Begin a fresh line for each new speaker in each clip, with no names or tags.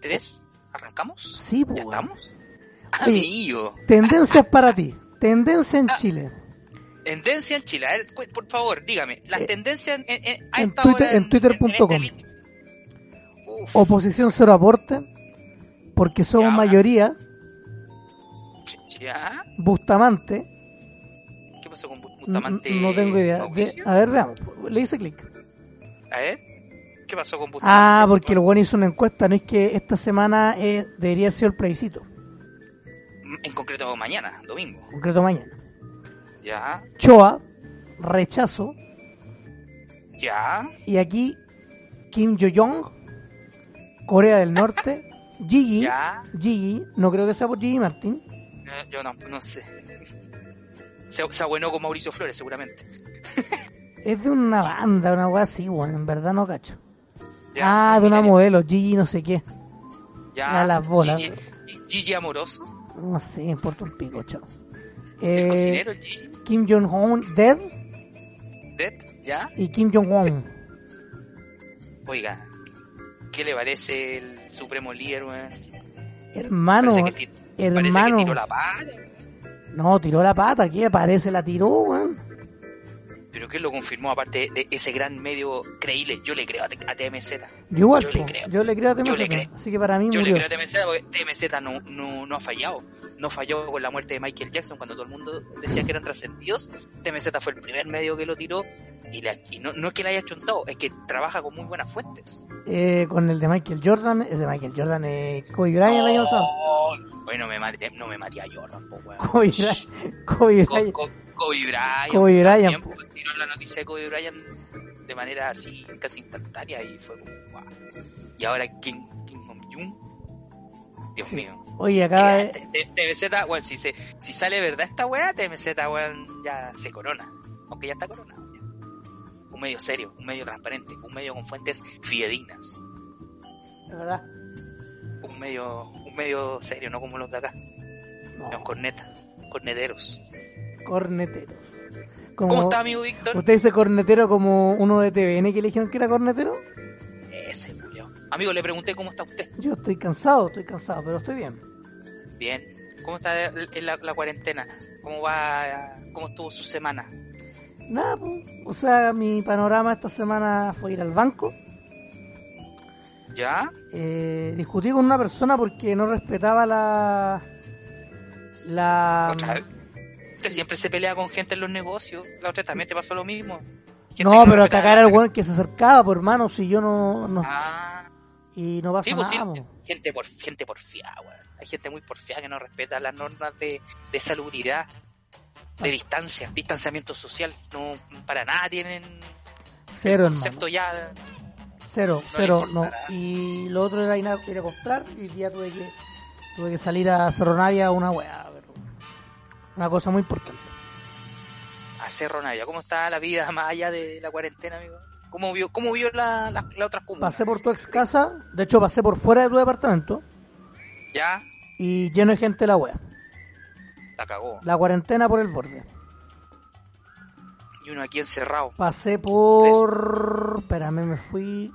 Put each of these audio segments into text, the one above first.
¿Tres? ¿Arrancamos?
Sí,
¿Ya
pues.
estamos?
Oye.
Amigo.
Tendencias para ti. Tendencia en Chile.
Tendencia en Chile. A ver, cu- por favor, dígame. Las
Eh,
tendencias en, en, en, a
en
esta
Twitter-
hora
en twitter.com.
este li- Uf,
Oposición cero aporte. Porque somos
Ya.
mayoría.
ya.
Bustamante.
¿Qué pasó con Bu-
n-
Bustamante?
No tengo idea. De-
Mauricio?
a ver, veamos. Le hice clic.
A ver. ¿Qué pasó con Bustamante?
Ah, porque el weón hizo una encuesta. No es que esta semana eh, debería ser el plebiscito.
Mm, En concreto mañana, domingo.
En concreto mañana.
Ya,
Choa. Rechazo.
ya.
Y aquí Kim Jong-jong. Corea del Norte. Gigi.
Ya.
Gigi. No creo que sea por Gigi Martín.
Eh, Yo no, no sé. Se, se abuenó con Mauricio Flores, seguramente.
Es de una banda, una weá así, weón. En verdad no cacho.
Ya,
ah, de una
milenio.
modelo, Gigi no sé qué.
Ya.
a las bolas.
Gigi, Gigi Amoroso.
No sé, me importa un pico, chao.
El
Eh,
cocinero, el Gigi.
Kim Jong-un Dead
Dead, ya.
y Kim Jong-un.
Oiga, ¿qué le parece el supremo líder, weón?
Hermano,
parece, que ti- parece
hermano.
que tiró la pala.
No, tiró la pata, ¿qué? Parece la tiró, weón.
Pero que lo confirmó, aparte de ese gran medio creíble. Yo le creo a, T- a TMZ.
Yo igual,
Yo le
po,
creo.
yo le creo a
Yo le
Temuco,
creo.
Así que para mí
Yo le
murió.
creo a TMZ porque TMZ no, no, no ha fallado. No falló con la muerte de Michael Jackson cuando todo el mundo decía que eran trascendidos. TMZ fue el primer medio que lo tiró. Y, le- y no, no es que le haya chuntado, es que trabaja con muy buenas fuentes.
Eh, con el de Michael Jordan, ese Michael Jordan, eh, Kobe Bryant el año pasado.
Oh, bueno, me maté, no me maté a Jordan, po, weón.
Kobe Bryant, Kobe
Co-
Bryant.
co- Kobe Bryant.
Kobe Bryant,
también, pues, tiró la noticia de Kobe Bryant de manera así, casi instantánea y fue como, guau. Y ahora Kim, Kim Jong-un. Dios
Sí. eh.
mío.
Oye, acaba
Que
de,
T- T- TMZ, bueno, si, se, si sale verdad esta weá, TMZ, weón, ya se corona. Aunque ya está coronado. ya. Un medio serio, un medio transparente, un medio con fuentes fidedignas.
de verdad.
Un medio, un medio serio, no como los de acá,
No,
los cornetas, corneteros.
corneteros.
¿Cómo,
Como-
está, amigo Víctor?
¿Usted dice cornetero como uno de TVN que le dijeron que era cornetero?
Ese Julio. Amigo, le pregunté cómo está usted.
Yo estoy cansado, estoy cansado, pero estoy bien.
Bien. ¿Cómo está el- el- la, la cuarentena? ¿Cómo va? ¿Cómo estuvo su semana?
Nada, po. o sea, mi panorama esta semana fue ir al banco.
¿Ya?
Eh, discutí con una persona porque no respetaba la... La...
Otra vez. Usted siempre se pelea con gente en los negocios. La otra también te pasó lo mismo. Gente
No,
que respeta
pero atacar
la-
al weón que se acercaba, por hermano, si yo no... no-
Ah,
y no pasa
sí, pues sí.
nada, po.
Gente, por, gente porfiada, weón. Hay gente muy porfiada que no respeta las normas de, de salubridad,
Ah.
de distancia, distanciamiento social. No, para nada tienen
Cero, hermano.
concepto ya.
Cero,
le
cero,
importa
no.
nada.
Y lo otro era ir a, ir a comprar y ya tuve que, tuve que salir a Cerro Navia a una weá, pero una cosa muy importante.
hacer Ronavia. ¿Cómo está la vida más allá de la cuarentena, amigo? ¿Cómo vio, cómo vio la, la, la otra comuna?
Pasé por tu ex casa, de hecho pasé por fuera de tu departamento
Ya,
y lleno de gente la weá.
la cagó.
La cuarentena por el borde.
Y uno aquí encerrado.
Pasé por... Espérame, me fui...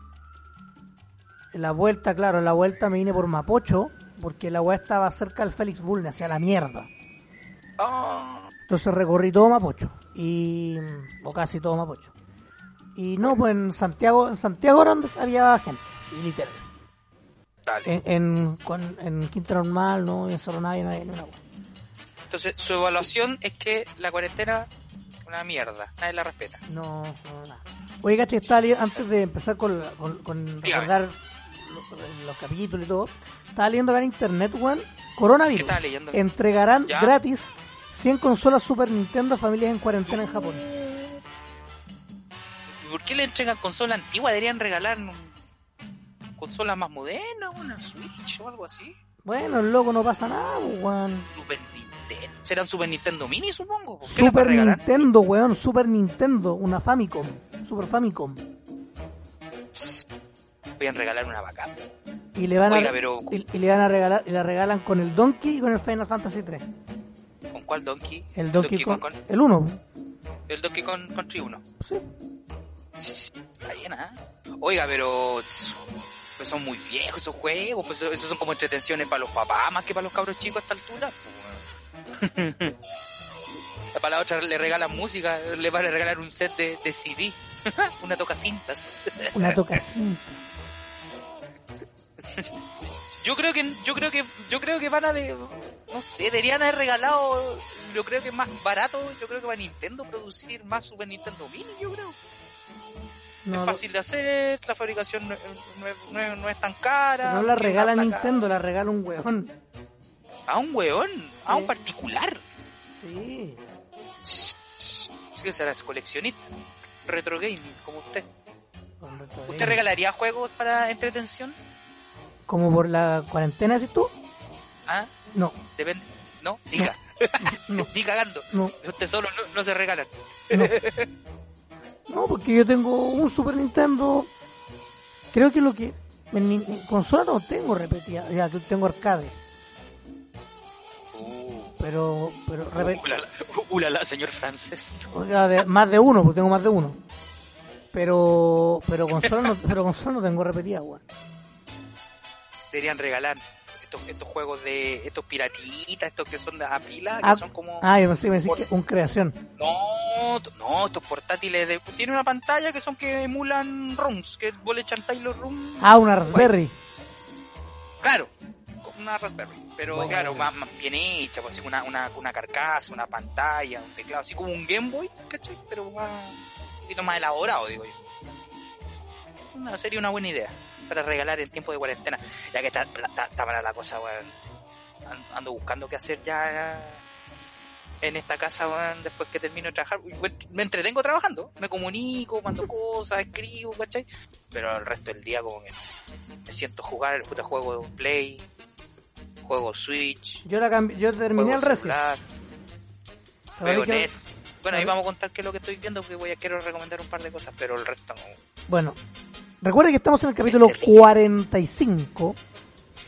En la vuelta, claro, en la vuelta me vine por Mapocho porque la weá estaba cerca del Félix Bulnes, hacia la mierda.
Oh,
Entonces recorrí todo Mapocho y o casi todo Mapocho. Y no, pues en Santiago, en Santiago era donde había gente, y literal.
dale.
En, en, con- en Quinta Normal, no, en Cerro Navia, nadie, ni una wea.
Entonces, su evaluación es que la cuarentena una mierda. Nadie la respeta.
No, no, nada. Oye, caché, este, estaba leyendo- antes de empezar con, la- con, con
Dígame.
recordar los, los capítulos y todo, estaba leyendo acá en internet, weón,
¿Qué
coronavirus.
estaba leyendo?
Entregarán
¿Ya?
gratis 100 consolas Super Nintendo a familias en cuarentena en Japón.
¿Y por qué le entregan consola antigua? Deberían regalar consola más moderna, una Switch o algo así.
Bueno, loco, no pasa nada, pues, weón.
Super Nintendo. Serán Super Nintendo Mini, supongo. ¿Por qué la
Super
regalar?
Nintendo, weón, Super Nintendo, una Famicom, Super Famicom.
Pueden regalar una vaca.
Y le van a,
Oiga, pero-
y, y le van a regalar, y la regalan con el Donkey y con el Final Fantasy 3.
¿Con cuál Donkey?
El Donkey,
Kong.
con, el 1.
el Donkey Kong Country 1.
Sí.
Está bien, ¿ah? Oiga, pero. tss, pues son muy viejos esos juegos. Pues esos son como entretenciones para los papás más que para los cabros chicos a esta altura. pues, weón. para la otra le regalan música. Le van a regalar un set de, de CD. una tocacintas.
Una tocacita.
Yo creo que yo creo que yo creo que van a de, no sé, deberían haber regalado yo creo que más barato, yo creo que va a Nintendo producir más Super Nintendo Mini, yo creo.
No,
es fácil de hacer, la fabricación no, no- no- no es tan cara.
no la
que
regala
placa-
Nintendo, la regala un weón.
A un weón, a
Sí.
un particular.
Sí.
Sí, o sea, es coleccionista. Retro gaming, como usted.
con retro
¿Usted
game.
regalaría juegos para entretención?
Como por la cuarentena, decís tú?
¿Ah?
No,
Depende. No, diga.
no,
Ni cagando.
no,
Usted solo no, no se regalan.
no. No, porque yo tengo un Super Nintendo. Creo que lo que. En, nin- en consola no tengo repetida. Ya, que tengo arcade. Pero. pero repe-
Ulala, ulala, señor francés.
Oiga, de- más de uno, porque tengo más de uno. Pero. Pero consola no, pero consola no tengo repetida, weón.
Deberían regalar estos, estos juegos de estos piratitas, estos que son de a pila, que
Ah,
son como.
Ah, yo pensé, me decís que un creación.
No, t- no, estos portátiles de, tienen una pantalla que son que emulan ROMs, que vos le chantáis los ROMs.
Ah, una Raspberry.
Claro, con una Raspberry. Pero
Bueno.
claro, más, más bien hecha, pues, así una, una, una carcasa, una pantalla, un teclado, así como un Game Boy, ¿cachai? Pero más, un poquito más elaborado, digo yo. No, sería una buena idea para regalar en tiempo de cuarentena, ya que está, está, está para la cosa, weón. An- Ando buscando qué hacer ya en esta casa, weón, después que termino de trabajar. Uy, weón, Me entretengo trabajando, me comunico, mando cosas, escribo, ¿cachai? Pero el resto del día como que no. me siento jugar el puto juego de Play, juego Switch,
Yo la cambi- yo terminé
juego
el recién.
celular, veo Netflix. Bueno, ahí
Ahora-
vamos a contar qué es lo que estoy viendo, porque voy a quiero recomendar un par de cosas, pero el resto no.
Bueno, recuerde que estamos en el capítulo 45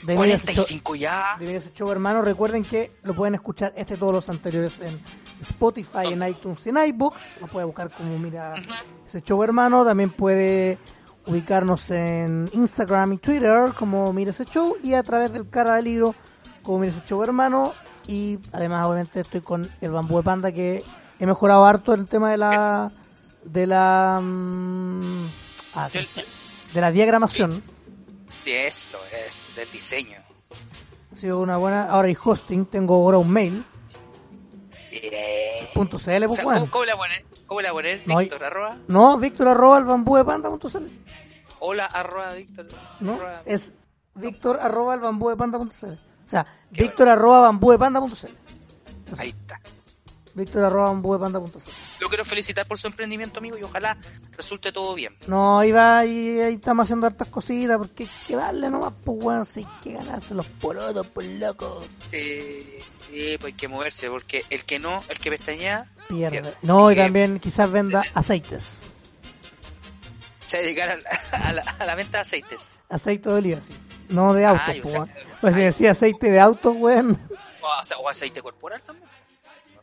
de Mira ese show-
45 ya.
de Mira ese show, hermano. Recuerden que lo pueden escuchar este y todos los anteriores en Spotify, en iTunes, en iBooks. Lo puede buscar como Mira ese show, hermano. También puede ubicarnos en Instagram y Twitter como Mira ese show y a través del cara del libro como Mira ese show, hermano. Y además, obviamente, estoy con el bambú de panda que he mejorado harto el tema de la. de la. mm, ah,
Yo-
de la diagramación.
Sí, Eso es, del diseño.
Ha sido una buena. Ahora hay hosting, tengo ahora un mail.
Bien.
Punto CL,
O
pues,
sea,
weón.
¿cómo, cómo la poner? ¿Cómo la poner?
No hay-
Víctor, arroba.
No, Víctor arroba el bambú de panda punto CL.
Hola, arroba Víctor.
No,
arroba.
es Víctor arroba el bambú de panda punto CL. O sea, Víctor arroba bambú de panda punto CL.
Ahí está.
Víctor arroba bambú de panda punto CL.
Lo quiero felicitar por su emprendimiento, amigo, y ojalá resulte todo bien.
No, ahí va, ahí, ahí estamos haciendo hartas cositas porque hay que darle nomás, pues, weón. Si hay que ganarse los porotos, pues, loco.
Sí, sí, pues hay que moverse, porque el que no, el que pestañea,
Pierde.
Pierde.
No, y
Pierde.
también quizás venda aceites.
se va a dedicar a la, a la- a la venta de aceites.
Aceite de oliva, sí. No de autos,
yo
pues,
sé.
weón. Pues si decía aceite de autos, weón.
O, ace- o aceite corporal también.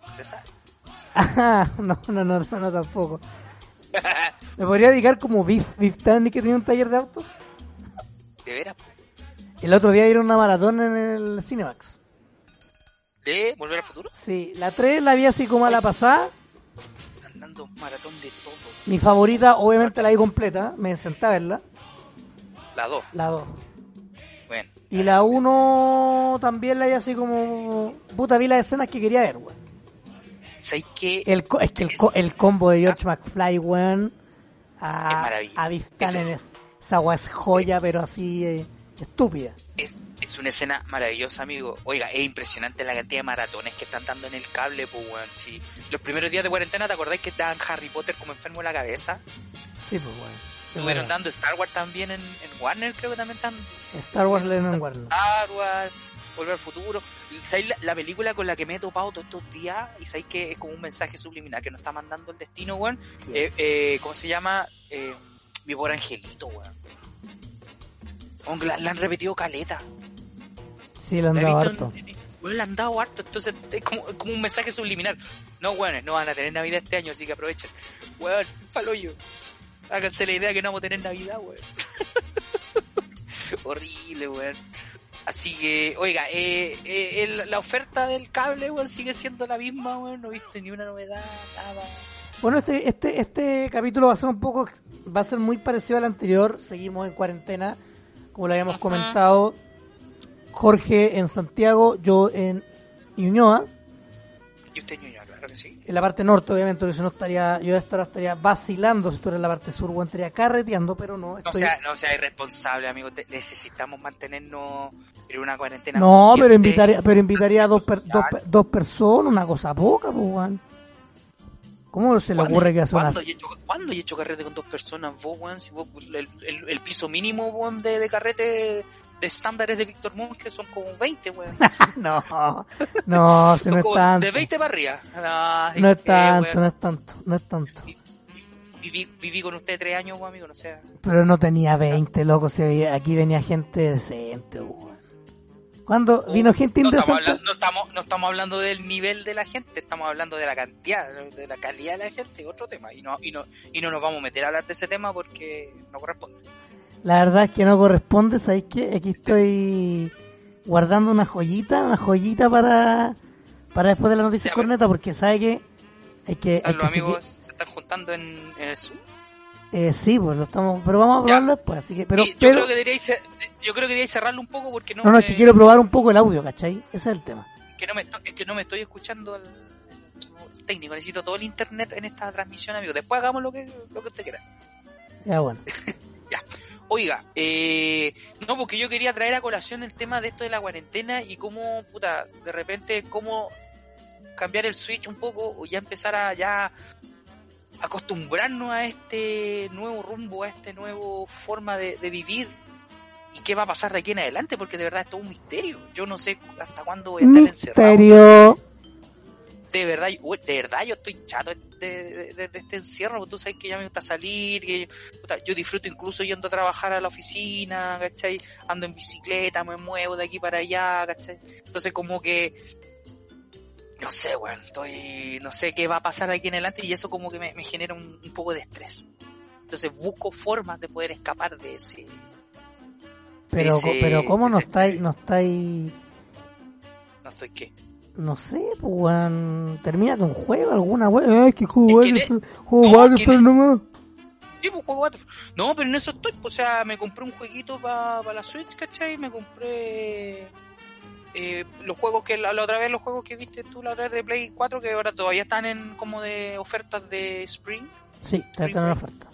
No se sabe.
Ajá, Ah, no, no, no, no, no, tampoco. Me podría dedicar como Biff, Biff Tannen, que tenía un taller de autos.
De veras.
El otro día dieron una maratón en el Cinemax.
¿De volver al futuro?
Sí, la 3 la vi así como a la pasada.
Andando un maratón de todo.
Mi favorita, obviamente, la vi completa. Me senté a verla.
La dos.
La 2.
Bueno.
Y la 1 también la vi así como. Puta, vi las escenas que quería ver, weón.
¿Sabéis qué?
El, co- es que el, co- el combo de George McFly, weón.
Es
A,
maravilloso.
a Biff Tannen
Ese es-
es- Esa weá es joya, pero así eh, estúpida.
Es, Es una escena maravillosa, amigo. Oiga, es impresionante la cantidad de maratones que están dando en el cable, pues, weón. Sí. Los primeros días de cuarentena, ¿te acordáis que estaban Harry Potter como enfermo de la cabeza?
Sí, pues bueno.
Estuvieron dando Star Wars también en, en Warner, creo que también están.
Star Wars Lennon Warner.
Star Wars, Volver al Futuro. ¿Sabéis la, la película con la que me he topado todos estos días? Y sabéis que es como un mensaje subliminal que nos está mandando el destino, weón. Eh, eh, ¿Cómo se llama? Eh, mi pobre angelito, weón. Weón, La, la han repetido caleta.
Sí, le han
La he
dado
visto
harto.
en- en- weón, la han dado harto, entonces es como, es como un mensaje subliminal. No, weones, no van a tener Navidad este año, así que aprovechen. Weón, paloyo. Háganse la idea que no vamos a tener Navidad, weón. Horrible, weón. Así que, oiga, eh, eh, el- la oferta del cable, weón, sigue siendo la misma, weón. No he visto ni una novedad, nada.
Bueno, este, este, este capítulo va a ser un poco, va a ser muy parecido al anterior. Seguimos en cuarentena, como lo habíamos
Ajá.
comentado. Jorge en Santiago, yo en Ñuñoa,
Y usted, ñoño, claro que sí.
en la parte norte, obviamente, porque si no estaría, yo ahora estaría vacilando si estuviera en la parte sur, o estaría carreteando, pero no,
No
estoy...
sea, no sea irresponsable, amigo. Te- necesitamos mantenernos en una cuarentena.
No, pero
consciente.
invitaría, pero invitaría a dos, per- dos, per- dos personas, una cosa poca, pues, weón. ¿Cómo se le
¿Cuándo-
ocurre que hace una...
¿Cuándo yo he hecho, cuándo yo he hecho carrete con dos personas, vos, weón? Si vos, el, el, el piso mínimo, weón, de, de carrete de estándares de Víctor Montt, que son como 20, weón.
No, no, si no es
Como
tanto.
de 20 para arriba. Ah,
No
eh,
es tanto, no
weón.
es tanto, no es tanto.
Viví, viví con usted tres años, weón, amigo, no sea.
Pero no tenía 20, loco, si había- aquí venía gente decente, weón. Cuando vino gente
Uh, no estamos,
indecente,
hablando, no, estamos, no estamos hablando del nivel de la gente, estamos hablando de la cantidad, de la calidad de la gente, otro tema. Y no, y no, y no nos vamos a meter a hablar de ese tema porque no corresponde.
la verdad es que no corresponde, ¿sabéis qué? Aquí estoy guardando una joyita, una joyita para, para después de las noticias
Ya, pero-
corneta, porque sabe que hay que... hay
Están
que
Los amigos se están juntando en, en el Zoom.
seguir- eh, sí, pues lo estamos, pero vamos a probarlo después, así que... Pero,
Sí, yo,
pero-
creo que deberíais, ce- yo creo que deberíais cerrarlo un poco porque no, eh.
no, no, es
me,
que quiero probar un poco el audio, ¿cachai? Ese es el tema.
que no me esto- es que no me estoy escuchando al, al técnico. Necesito todo el internet en esta transmisión, amigo. Después hagamos lo que, lo que usted quiera.
Ya, bueno.
Oiga, eh, no, porque yo quería traer a colación el tema de esto de la cuarentena y cómo, puta, de repente, cómo cambiar el switch un poco o ya empezar a ya acostumbrarnos a este nuevo rumbo, a este nuevo forma de, de vivir y qué va a pasar de aquí en adelante, porque de verdad es todo un misterio. Yo no sé hasta cuándo voy a estar encerrado.
Misterio.
De verdad, uy, de verdad yo estoy chato de, de- de- de este encierro, porque tú sabes que ya me gusta salir, que puta, yo disfruto incluso yendo a trabajar a la oficina, ¿cachai? Ando en bicicleta, me muevo de aquí para allá, ¿cachai? Entonces como que no sé, weón, estoy, no sé qué va a pasar de aquí en adelante y eso como que me, me genera un, un poco de estrés. Entonces busco formas de poder escapar de ese.
Pero,
Ese-
pero ¿cómo no
ese-
estáis, no estáis...
No estoy qué.
No sé, pues, weón. Termínate un juego, alguna weón. Ay, que juego
Es que
Battlefield. Juego
no,
Battlefield
que
nomás.
Sí, pues, juego Battlefield. No, pero en eso estoy. pues, O sea, me compré un jueguito para la Switch, ¿cachai? Me compré eh, los juegos que la, la otra vez, los juegos que viste tú la otra vez de Play 4, que ahora todavía están en como de ofertas de Spring.
Sí, te voy a tener una oferta.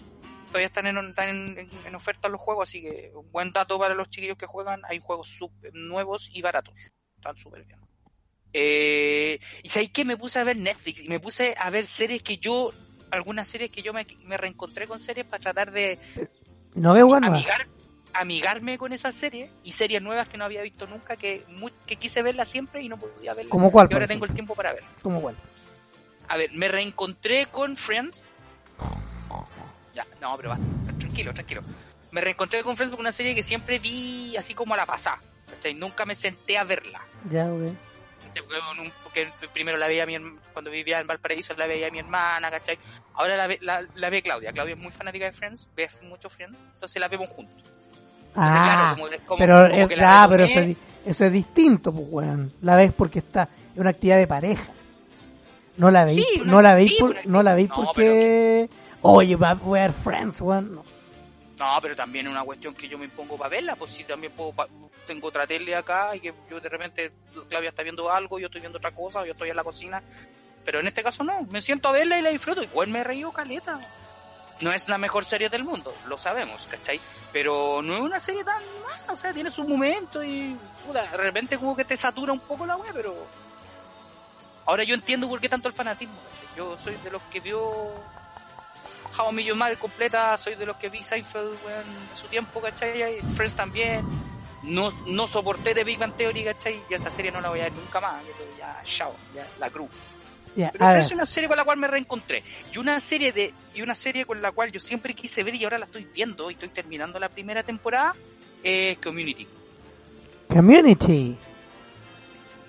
Todavía están en, están en, en- en oferta los juegos, así que un buen dato para los chiquillos que juegan. Hay juegos sup- nuevos y baratos. Están súper bien. Eh, y sabéis que me puse a ver Netflix y me puse a ver series que yo, algunas series que yo me, me reencontré con series para tratar de
No veo weón. nada.
amigar- amigarme con esas series y series nuevas que no había visto nunca, que, mu- que quise verlas siempre y no podía verlas.
¿Cómo cuál,
Y
por
ahora tengo
ejemplo?
el tiempo para verlas.
¿Cómo cuál?
A ver, me reencontré con Friends. Ya, no, pero basta. Tranquilo, tranquilo. Me reencontré con Friends con una serie que siempre vi así como a la pasada. ¿cachai? Nunca me senté a verla.
Ya, ok.
Este, porque con un- Porque primero la veía mi herm- cuando vivía en Valparaíso, la veía mi hermana, ¿cachai? Ahora la ve, la, la ve Claudia. Claudia es muy fanática de Friends, ve mucho Friends, entonces la vemos juntos. Entonces,
Ah,
claro, como- como-
pero
como
es,
que la
ya, pero eso es,
retomé.
di- eso es distinto, pues, weón. La ves porque está, es una actividad de pareja. No la veis,
Sí, una-
no la veis,
sí,
por-
una-
no la veis
no,
porque, oye, va a ver Friends, weón. No.
No, pero también es una cuestión que yo me impongo para verla, pues si también puedo, pa- tengo otra tele acá y que yo de repente, Claudia está viendo algo, yo estoy viendo otra cosa, yo estoy en la cocina, pero en este caso no, me siento a verla y la disfruto, igual me he reído caleta. no es la mejor serie del mundo, lo sabemos, ¿cachai? Pero no es una serie tan mala, o sea, tiene su momento y puta, de repente como que te satura un poco la web, pero ahora yo entiendo por qué tanto el fanatismo. ¿cachai? Yo soy de los que vio How I Met completa, soy de los que vi Seinfeld weón, en su tiempo, ¿cachai? Friends también. No, no soporté de Big Bang Theory, ¿cachai? Y esa serie no la voy a ver nunca más. Yo creo, ya, chao, ya, la cruz.
Ya,
Pero
a
Friends es
ver.
una serie con la cual me reencontré. Y una serie de y una serie con la cual yo siempre quise ver y ahora la estoy viendo y estoy terminando la primera temporada es Community.
Community.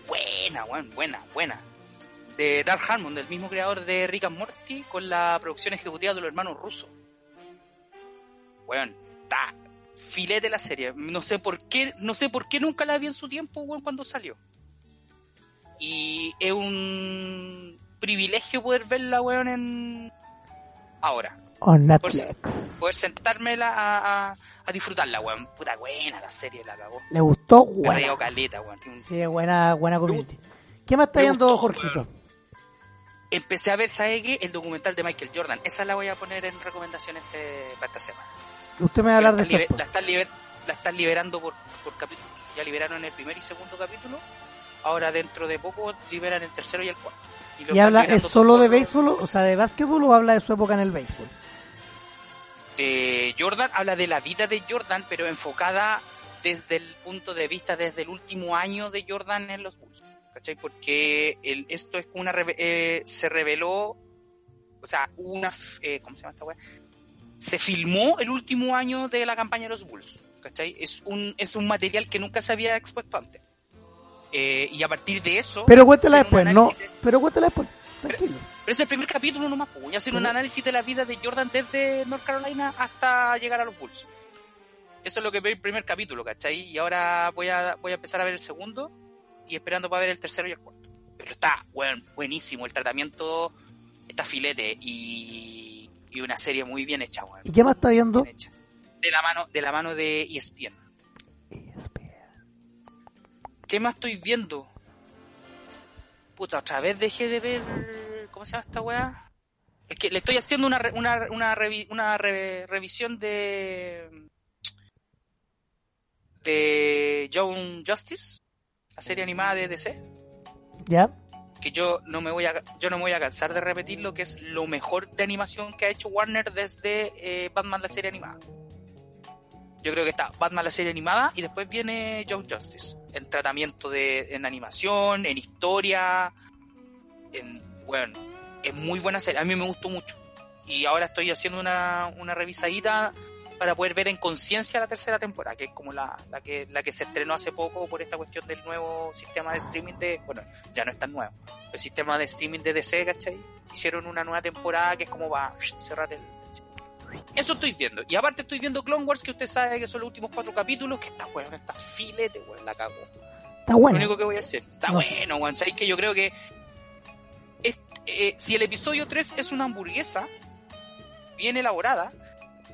Buena, weón, buena, buena. De Dark Harmon, del mismo creador de Rick and Morty, con la producción ejecutiva de los hermanos rusos. Weón, ta filete la serie. No sé por qué, no sé por qué nunca la vi en su tiempo, weón, cuando salió. Y es un privilegio poder verla, weón, en ahora
On
Por si-
Netflix.
poder sentármela a, a, a disfrutarla, weón. Puta buena la serie, la cagó.
Le gustó,
Me río
buena.
caleta, weón. Tiene un-
Sí, buena, buena community. ¿Qué más está
me
yendo,
gustó,
Jorgito?
Empecé a ver, ¿sabes qué? El documental de Michael Jordan. Esa la voy a poner en recomendaciones este- para esta semana.
Usted me va a hablar
la,
de
están liber-
eso. pues.
la están liber- la están liberando por, por capítulos. Ya liberaron el primer y segundo capítulo. Ahora dentro de poco liberan el tercero y el cuarto. lo
¿Y
están
habla es
liberando
solo
por-
de béisbol, o sea, de básquetbol o habla de su época en el béisbol?
de Jordan, habla de la vida de Jordan, pero enfocada desde el punto de vista, desde el último año de Jordan en los Bulls. ¿Cachai? Porque el- esto es una. reve- eh, se reveló. O sea, una. f- eh, ¿Cómo se llama esta weá? Se filmó el último año de la campaña de los Bulls. ¿Cachai? Es un, es un material que nunca se había expuesto antes. Eh, y a partir de eso.
Pero cuéntela
hacen un
después, no.
análisis de-
Pero cuéntela después. Tranquilo.
pero es el primer capítulo nomás, pues. voy a hacer un
Ujú.
análisis de la vida de Jordan desde North Carolina hasta llegar a los Bulls. Eso es lo que ve el primer capítulo, ¿cachai? Y ahora voy a, voy a empezar a ver el segundo y esperando para ver el tercero y el cuarto. Pero está buen- buenísimo, el tratamiento está filete y, y una serie muy bien hecha, weón.
¿Y qué más está viendo?
Bien hecha. De la mano, de la mano de E ESPN. ¿Qué más estoy viendo? Puta, otra vez dejé de ver. ¿Cómo se llama esta weá? Es que le estoy haciendo una, re- una, una, revi- una re- revisión de. de Young Justice, la serie animada de DC.
¿Ya?
Que yo no me voy a, yo no me voy a cansar de repetir lo que es lo mejor de animación que ha hecho Warner desde eh, Batman, la serie animada. Yo creo que está Batman la serie animada y después viene Young Justice. En tratamiento de, en animación, en historia, en bueno, es muy buena serie. A mí me gustó mucho. Y ahora estoy haciendo una, una revisadita para poder ver en conciencia la tercera temporada, que es como la, la que la que se estrenó hace poco por esta cuestión del nuevo sistema de streaming de, bueno, ya no es tan nuevo, el sistema de streaming de DC, ¿cachai? Hicieron una nueva temporada que es como va a cerrar el, eso estoy viendo. Y aparte estoy viendo Clone Wars, que usted sabe que son los últimos cuatro capítulos, que está weón, está filete, weón, la cago.
Está
Lo
bueno.
único que voy a hacer. Está
No.
bueno, weón. Sabéis que yo creo que est- eh, si el episodio 3 es una hamburguesa bien elaborada,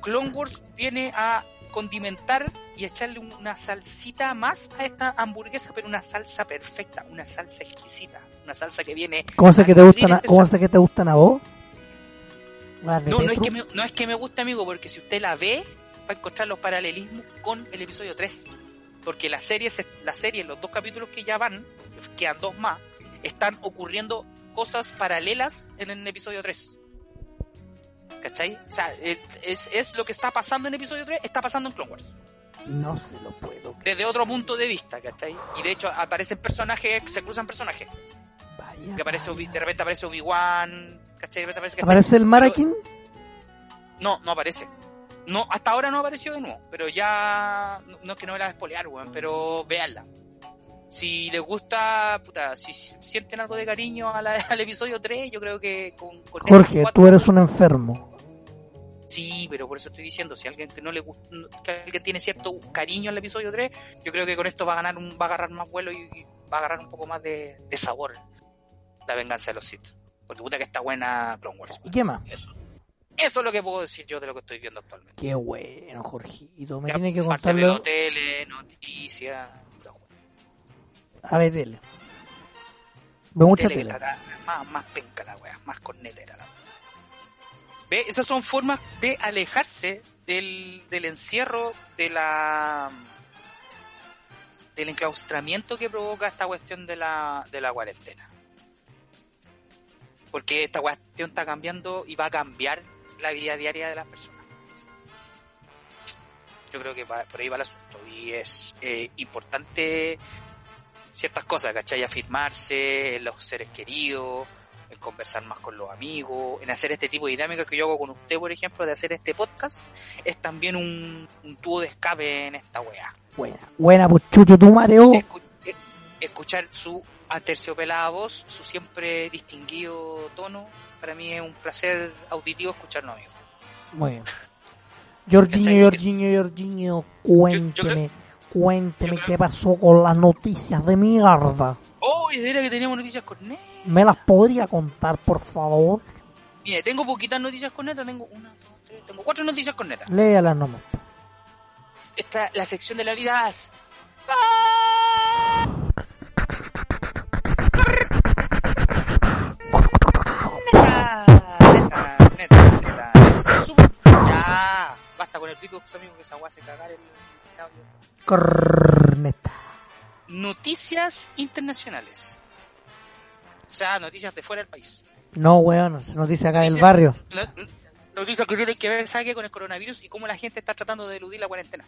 Clone Wars viene a condimentar y a echarle una salsita más a esta hamburguesa, pero una salsa perfecta, una salsa exquisita, una salsa que viene
Cosas que te
Madrid
gustan a,
este
cosas que te gustan a vos. Las de
No, no es,
Petru.
que me, no es que me guste, amigo, porque si usted la ve, va a encontrar los paralelismos con el episodio 3. Porque la serie, se- la serie, los dos capítulos que ya van, quedan dos más, están ocurriendo cosas paralelas en el episodio 3. ¿Cachai? O sea, es, es- es lo que está pasando en episodio 3, está pasando en Clone Wars.
No se lo puedo creer.
Desde otro punto de vista, ¿cachai? Y de hecho aparecen personajes, se cruzan personajes.
Vaya,
Que aparece, Obi-
vaya.
de repente aparece Obi-Wan, ¿cachai? De repente aparece, ¿cachai?
¿Aparece el Maraquín?
No, no aparece. No, hasta ahora no apareció de nuevo, pero ya no, no es que no me la voy a spoilear, weón, pero véanla. Si les gusta, puta, si s- sienten algo de cariño a la- al episodio 3, yo creo que con, con
Jorge,
estas cuatro-
tú eres un enfermo.
Sí, pero por eso estoy diciendo, si alguien que no le gusta, que alguien tiene cierto cariño al episodio 3, yo creo que con esto va a ganar un, va a agarrar más vuelo y, y va a agarrar un poco más de, de sabor la venganza de los Sith. Porque puta que está buena Clone Wars.
¿Y qué más?
Eso. Eso es lo que puedo decir yo de lo que estoy viendo actualmente.
Qué bueno, Jorgito. Me
Ya,
tiene que
parte
contar
de
luego.
hoteles, noticias. la wea.
A ver, tele. Veo mucha
Tele que
tele.
está acá, más, más penca la wea, más cornetera la wea. ¿Ve? Esas son formas de alejarse del, del encierro, de la del enclaustramiento que provoca esta cuestión de la, de la cuarentena. Porque esta cuestión está cambiando y va a cambiar la vida diaria de las personas. Yo creo que va- por ahí va el asunto. Y es eh, importante ciertas cosas, ¿cachai? Afirmarse en los seres queridos, en conversar más con los amigos, en hacer este tipo de dinámicas que yo hago con usted, por ejemplo, de hacer este podcast, es también un, un tubo de escape en esta weá.
Buena, buena, pues chucho tu mareo.
Escu- eh, escuchar su aterciopelada voz, su siempre distinguido tono, para mí es un placer auditivo escucharnos, amigo.
Muy bien. Jorginho,
¿Cachai?
Jorginho, Jorginho, cuénteme,
Yo- yo creo-
cuénteme
yo creo-
qué pasó con las noticias de mierda.
¡Oh! Y era que teníamos noticias cornetas.
¿Me las podría contar, por favor?
Mire, tengo poquitas noticias cornetas, tengo una, dos, tres, tengo cuatro noticias cornetas.
Léalas nomás.
Está la sección de la vida. Neta, neta, neta, neta. Súper- Ya, basta con el pico, amigo, que esa weá hace cagar el el audio.
Corneta.
Noticias internacionales. O sea, noticias de fuera del país.
No, weón, se nos dice acá del
Dice-
barrio.
La- Noticias que tienen que ver, ¿sabe qué? Con el coronavirus y cómo la gente está tratando de eludir la cuarentena.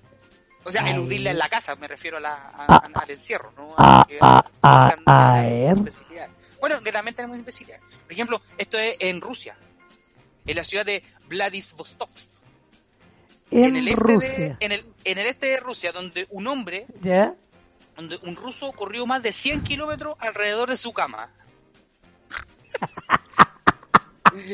O sea,
Ay.
eludirla en la casa, me refiero a la, a-
Ah,
a- al encierro, ¿no?
ah,
que-
ah, ah,
sacan la
a ver.
imbecilidad. Bueno, que también tenemos imbecilidad. Por ejemplo, esto es en Rusia, en la ciudad de Vladivostok,
En,
el este de-
Rusia.
en, el, en el este de Rusia, donde un hombre,
¿Ya?
donde un ruso corrió más de 100 kilómetros alrededor de su cama.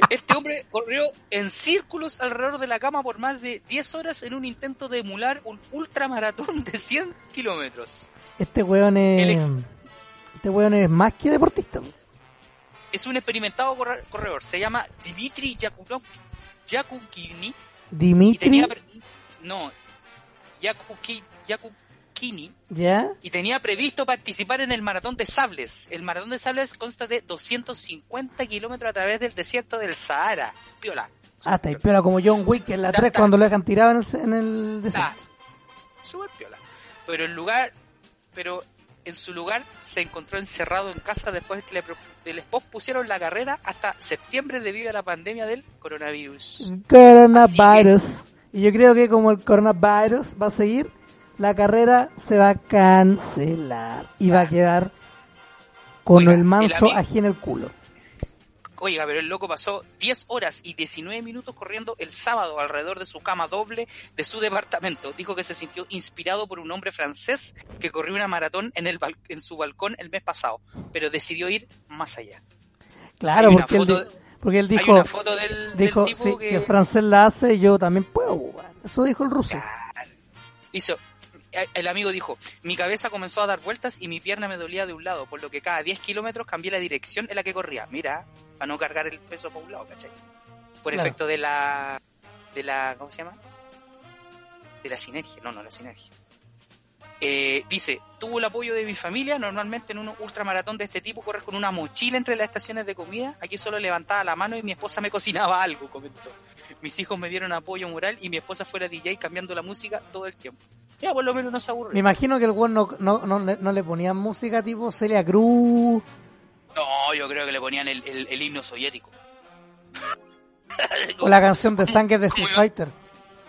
Este hombre corrió en círculos alrededor de la cama por más de 10 horas en un intento de emular un ultramaratón de 100 kilómetros.
Este weón
El
es...
ex-
Este weón es más que deportista.
Es un experimentado corre- corredor, se llama Dmitry Yakunov, Yakukini, y
Dimitri,
tenía... pre- No, Yakuki- Yakukini,
¿ya?
y tenía previsto participar en el maratón de sables. El maratón de sables consta de 250 kilómetros a través del desierto del Sahara. Piola.
Ah, está ahí piola como John Wick en la
Ta-
3
ta-
cuando lo dejan tirado en el, en el
Está.
desierto.
Súper piola. Pero en lugar, pero en su lugar se encontró encerrado en casa después de que le, pro- de- les pospusieron la carrera hasta septiembre debido a la pandemia del coronavirus.
Coronavirus. Y yo creo que como el coronavirus va a seguir, la carrera se va a cancelar y va a quedar con
Oiga,
el manso
el ami-
ají en el culo.
Oiga, pero el loco pasó 10 horas y 19 minutos corriendo el sábado alrededor de su cama doble de su departamento. Dijo que se sintió inspirado por un hombre francés que corrió una maratón en, el bal- en su balcón el mes pasado, pero decidió ir más allá.
Claro,
Hay una
porque él,
foto-
di- porque él
Hay
dijo,
una foto del, del
dijo
tipo
si,
que
si el francés la hace, yo también puedo. weón". Eso dijo el ruso.
hizo... eh, El amigo dijo, mi cabeza comenzó a dar vueltas y mi pierna me dolía de un lado, por lo que cada 10 kilómetros cambié la dirección en la que corría. Mira, para no cargar el peso para un lado, ¿cachai? Por
Claro.
efecto de la... de la ¿Cómo se llama? de la sinergia, no, no, la sinergia. Eh, dice, tuvo el apoyo de mi familia, normalmente en un ultramaratón de este tipo corres con una mochila entre las estaciones de comida, aquí solo levantaba la mano y mi esposa me cocinaba algo, comentó. Mis hijos me dieron apoyo moral y mi esposa fuera DJ cambiando la música todo el tiempo. Ya por lo menos no se
Me
aburre.
imagino que el weón no, no, no, le- no le ponían música tipo Celia Cruz.
No, yo creo que le ponían el, el- el himno soviético.
O la canción de sangre de Street
Como-
Fighter.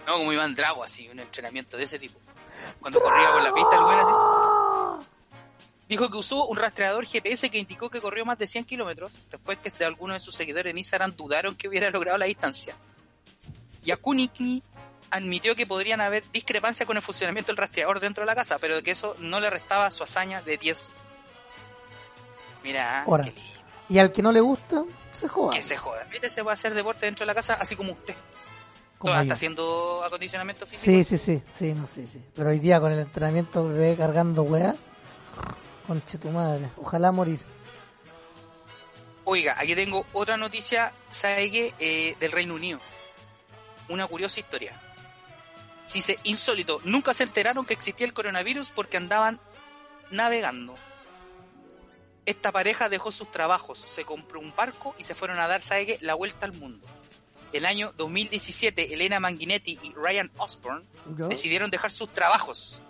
No, como Iván Drago, así, un entrenamiento de ese tipo. Cuando corría por la pista, el güey así. Dijo que usó un rastreador GPS que indicó que corrió más de 100 kilómetros, después que de algunos de sus seguidores en Instagram dudaron que hubiera logrado la distancia. Yakuniki admitió que podrían haber discrepancias con el funcionamiento del rastreador dentro de la casa, pero que eso no le restaba su hazaña de 10. Mira,
Ahora.
qué lindo.
Y al que no le gusta, se joda.
Que se joda. Viste, se puede hacer deporte dentro de la casa, así como usted.
Como
Todavía
yo.
está haciendo acondicionamiento físico.
Sí, sí, sí, sí, no sé, sí. Pero hoy día con el entrenamiento bebé cargando weá. Conche tu madre, ojalá morir.
Oiga, aquí tengo otra noticia, ¿sabe qué? Eh, del Reino Unido. Una curiosa historia. Se dice, insólito, nunca se enteraron que existía el coronavirus porque andaban navegando. Esta pareja dejó sus trabajos, se compró un barco y se fueron a dar, ¿sabe qué? La vuelta al mundo. el año 2017, Elena Manguinetti y Ryan Osborne
¿Yo?
decidieron dejar sus trabajos.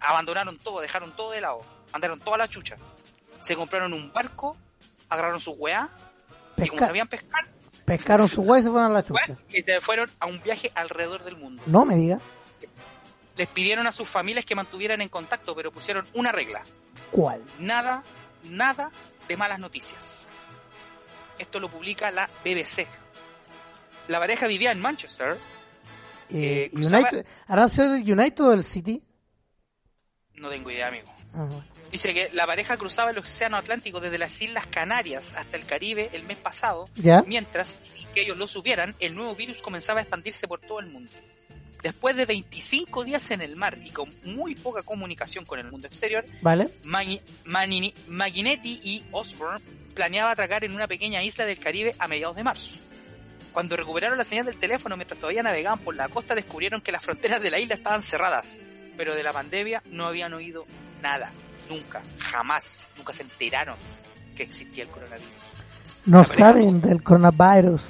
Abandonaron todo, dejaron todo de lado. Andaron toda la chucha. Se compraron un barco, agarraron su weá, y como
Pesca-
sabían pescar,
Pescaron su hueá y se fueron a la
weá,
chucha.
y se fueron a un viaje alrededor del mundo.
No me diga.
Les pidieron a sus familias que mantuvieran en contacto, pero pusieron una regla.
¿Cuál?
Nada, nada de malas noticias. Esto lo publica la BBC. La pareja vivía en Manchester. Eh,
Eh,
cruzaba-
United- ¿Harán sido del United o del City?
No tengo idea, amigo.
Ah, bueno.
Dice que la pareja cruzaba el Océano Atlántico desde las Islas Canarias hasta el Caribe el mes pasado,
¿Ya?
mientras, sin que ellos lo supieran, el nuevo virus comenzaba a expandirse por todo el mundo. Después de 25 días en el mar y con muy poca comunicación con el mundo exterior,
¿Vale?
Magi- Manini- Maginetti y Osborne planeaba atracar en una pequeña isla del Caribe a mediados de marzo. Cuando recuperaron la señal del teléfono mientras todavía navegaban por la costa descubrieron que las fronteras de la isla estaban cerradas, pero de la pandemia no habían oído nada, nunca, jamás, nunca se enteraron que existía el coronavirus.
No
La pareja-
saben del coronavirus.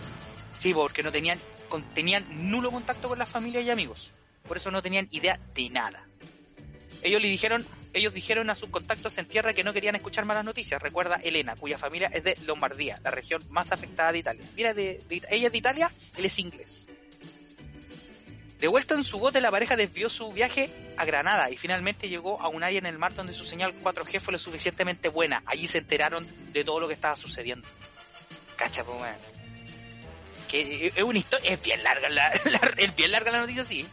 Sí, porque no tenían, con- tenían nulo contacto con la familia y amigos. Por eso no tenían idea de nada. Ellos le dijeron, ellos dijeron a sus contactos en tierra que no querían escuchar malas noticias. Recuerda Elena, cuya familia es de Lombardía, la región más afectada de Italia. Mira, de, de- ella es de Italia, él es inglés. De vuelta en su bote, la pareja desvió su viaje a Granada y finalmente llegó a un área en el mar donde su señal 4G fue lo suficientemente buena. Allí se enteraron de todo lo que estaba sucediendo. Cacha, po, weón. Que es una historia, es bien larga la, la- es bien larga la noticia, sí.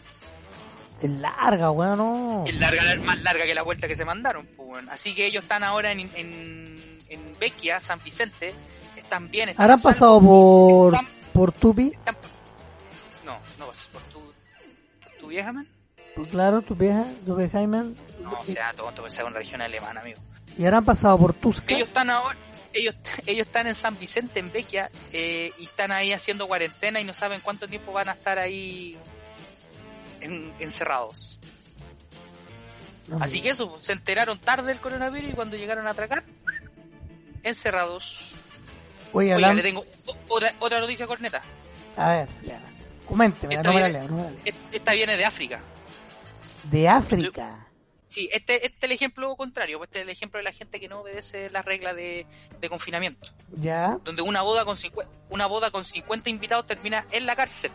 Es larga, weón, no.
Es larga, la- más larga que la vuelta que se mandaron. pues, weón. Así que ellos están ahora en, en, en Vecchia, San Vicente. Están bien. Están
¿Habrán
a salvo.
pasado por,
Están-
por Tupi?
están- no, no, es por tu, por tu vieja, man.
Claro, tu vieja, tu vieja, Jaime.
No, o sea, tonto, que sea una región alemana, amigo.
¿Y habrán pasado por Tusca?
Ellos están ahora, ellos, ellos están en San Vicente, en Vecchia, eh, y están ahí haciendo cuarentena y no saben cuánto tiempo van a estar ahí en- encerrados.
No,
Así que eso, se enteraron tarde del coronavirus y cuando llegaron a atracar, encerrados.
Oye,
Oiga,
hablando...
le tengo o- otra, otra noticia corneta.
A ver, ya. Coménteme,
Está
no me la
bien.
leo, no me la leo.
Es- Esta viene de África.
De África.
Sí, este, este es el ejemplo contrario, este es el ejemplo de la gente que no obedece las reglas de, de confinamiento.
¿Ya?
Donde una boda, con 50, una boda con 50 invitados termina en la cárcel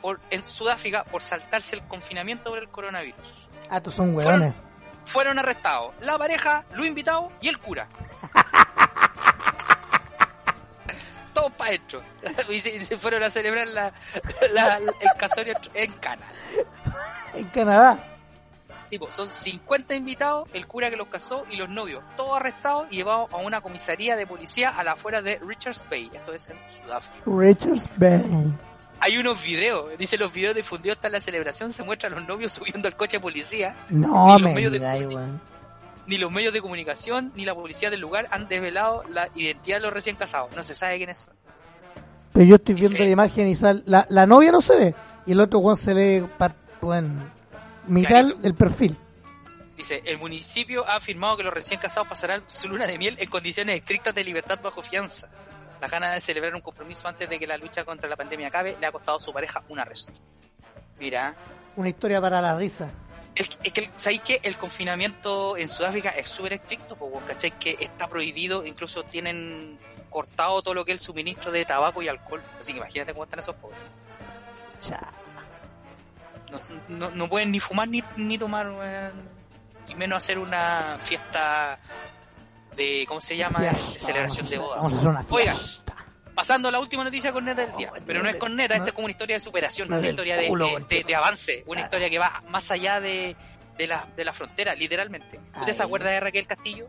por, en Sudáfrica por saltarse el confinamiento por el coronavirus.
Ah, estos son
Fueron-
hueones.
Fueron arrestados la pareja, los invitados y el cura. Todos para adentro. Y se, y se fueron a celebrar la, la- el casorio en Cana.
En Canadá.
Tipo, son 50 invitados, el cura que los casó y los novios. Todos arrestados y llevados a una comisaría de policía a la afuera de Richards Bay. Esto es en Sudáfrica.
Richards Bay.
Hay unos videos. Dice, los videos difundidos hasta la celebración se muestran a los novios subiendo al coche de policía.
No
Y los
me
medios de
digáis,
comunicación.
weón.
ni los medios de comunicación ni la policía del lugar han desvelado la identidad de los recién casados. No se sabe quiénes son.
Pero yo estoy viendo
Sí.
la imagen y sal... La, la novia no se ve. Y el otro weón se lee... par- Weón. Mitad
Clarito.
el perfil.
Dice, el municipio ha afirmado que los recién casados pasarán su luna de miel en condiciones estrictas de libertad bajo fianza. La gana de celebrar un compromiso antes de que la lucha contra la pandemia acabe le ha costado a su pareja un arresto. Mira,
Una historia para la risa.
es que, es que el- ¿sabéis que el confinamiento en Sudáfrica es súper estricto? Pues, weón, ¿cachai? Que está prohibido, incluso tienen cortado todo lo que es el suministro de tabaco y alcohol. Así que imagínate cómo están esos pobres.
Cha.
no, no, no pueden ni fumar ni, ni tomar, weón. y menos hacer una fiesta de, ¿cómo se llama?
Fiesta.
De celebración de
Vamos a
bodas.
hacer una
Oiga,
fiesta.
pasando a la última noticia con neta del día,
Oh,
pero no es con neta, esta es como una historia de superación,
Me
una
del
historia de,
culo,
de- de- de avance, una
Ah.
historia que va más allá de, de, la, de la frontera, literalmente. ¿Usted se
Ay.
acuerda de Raquel Castillo?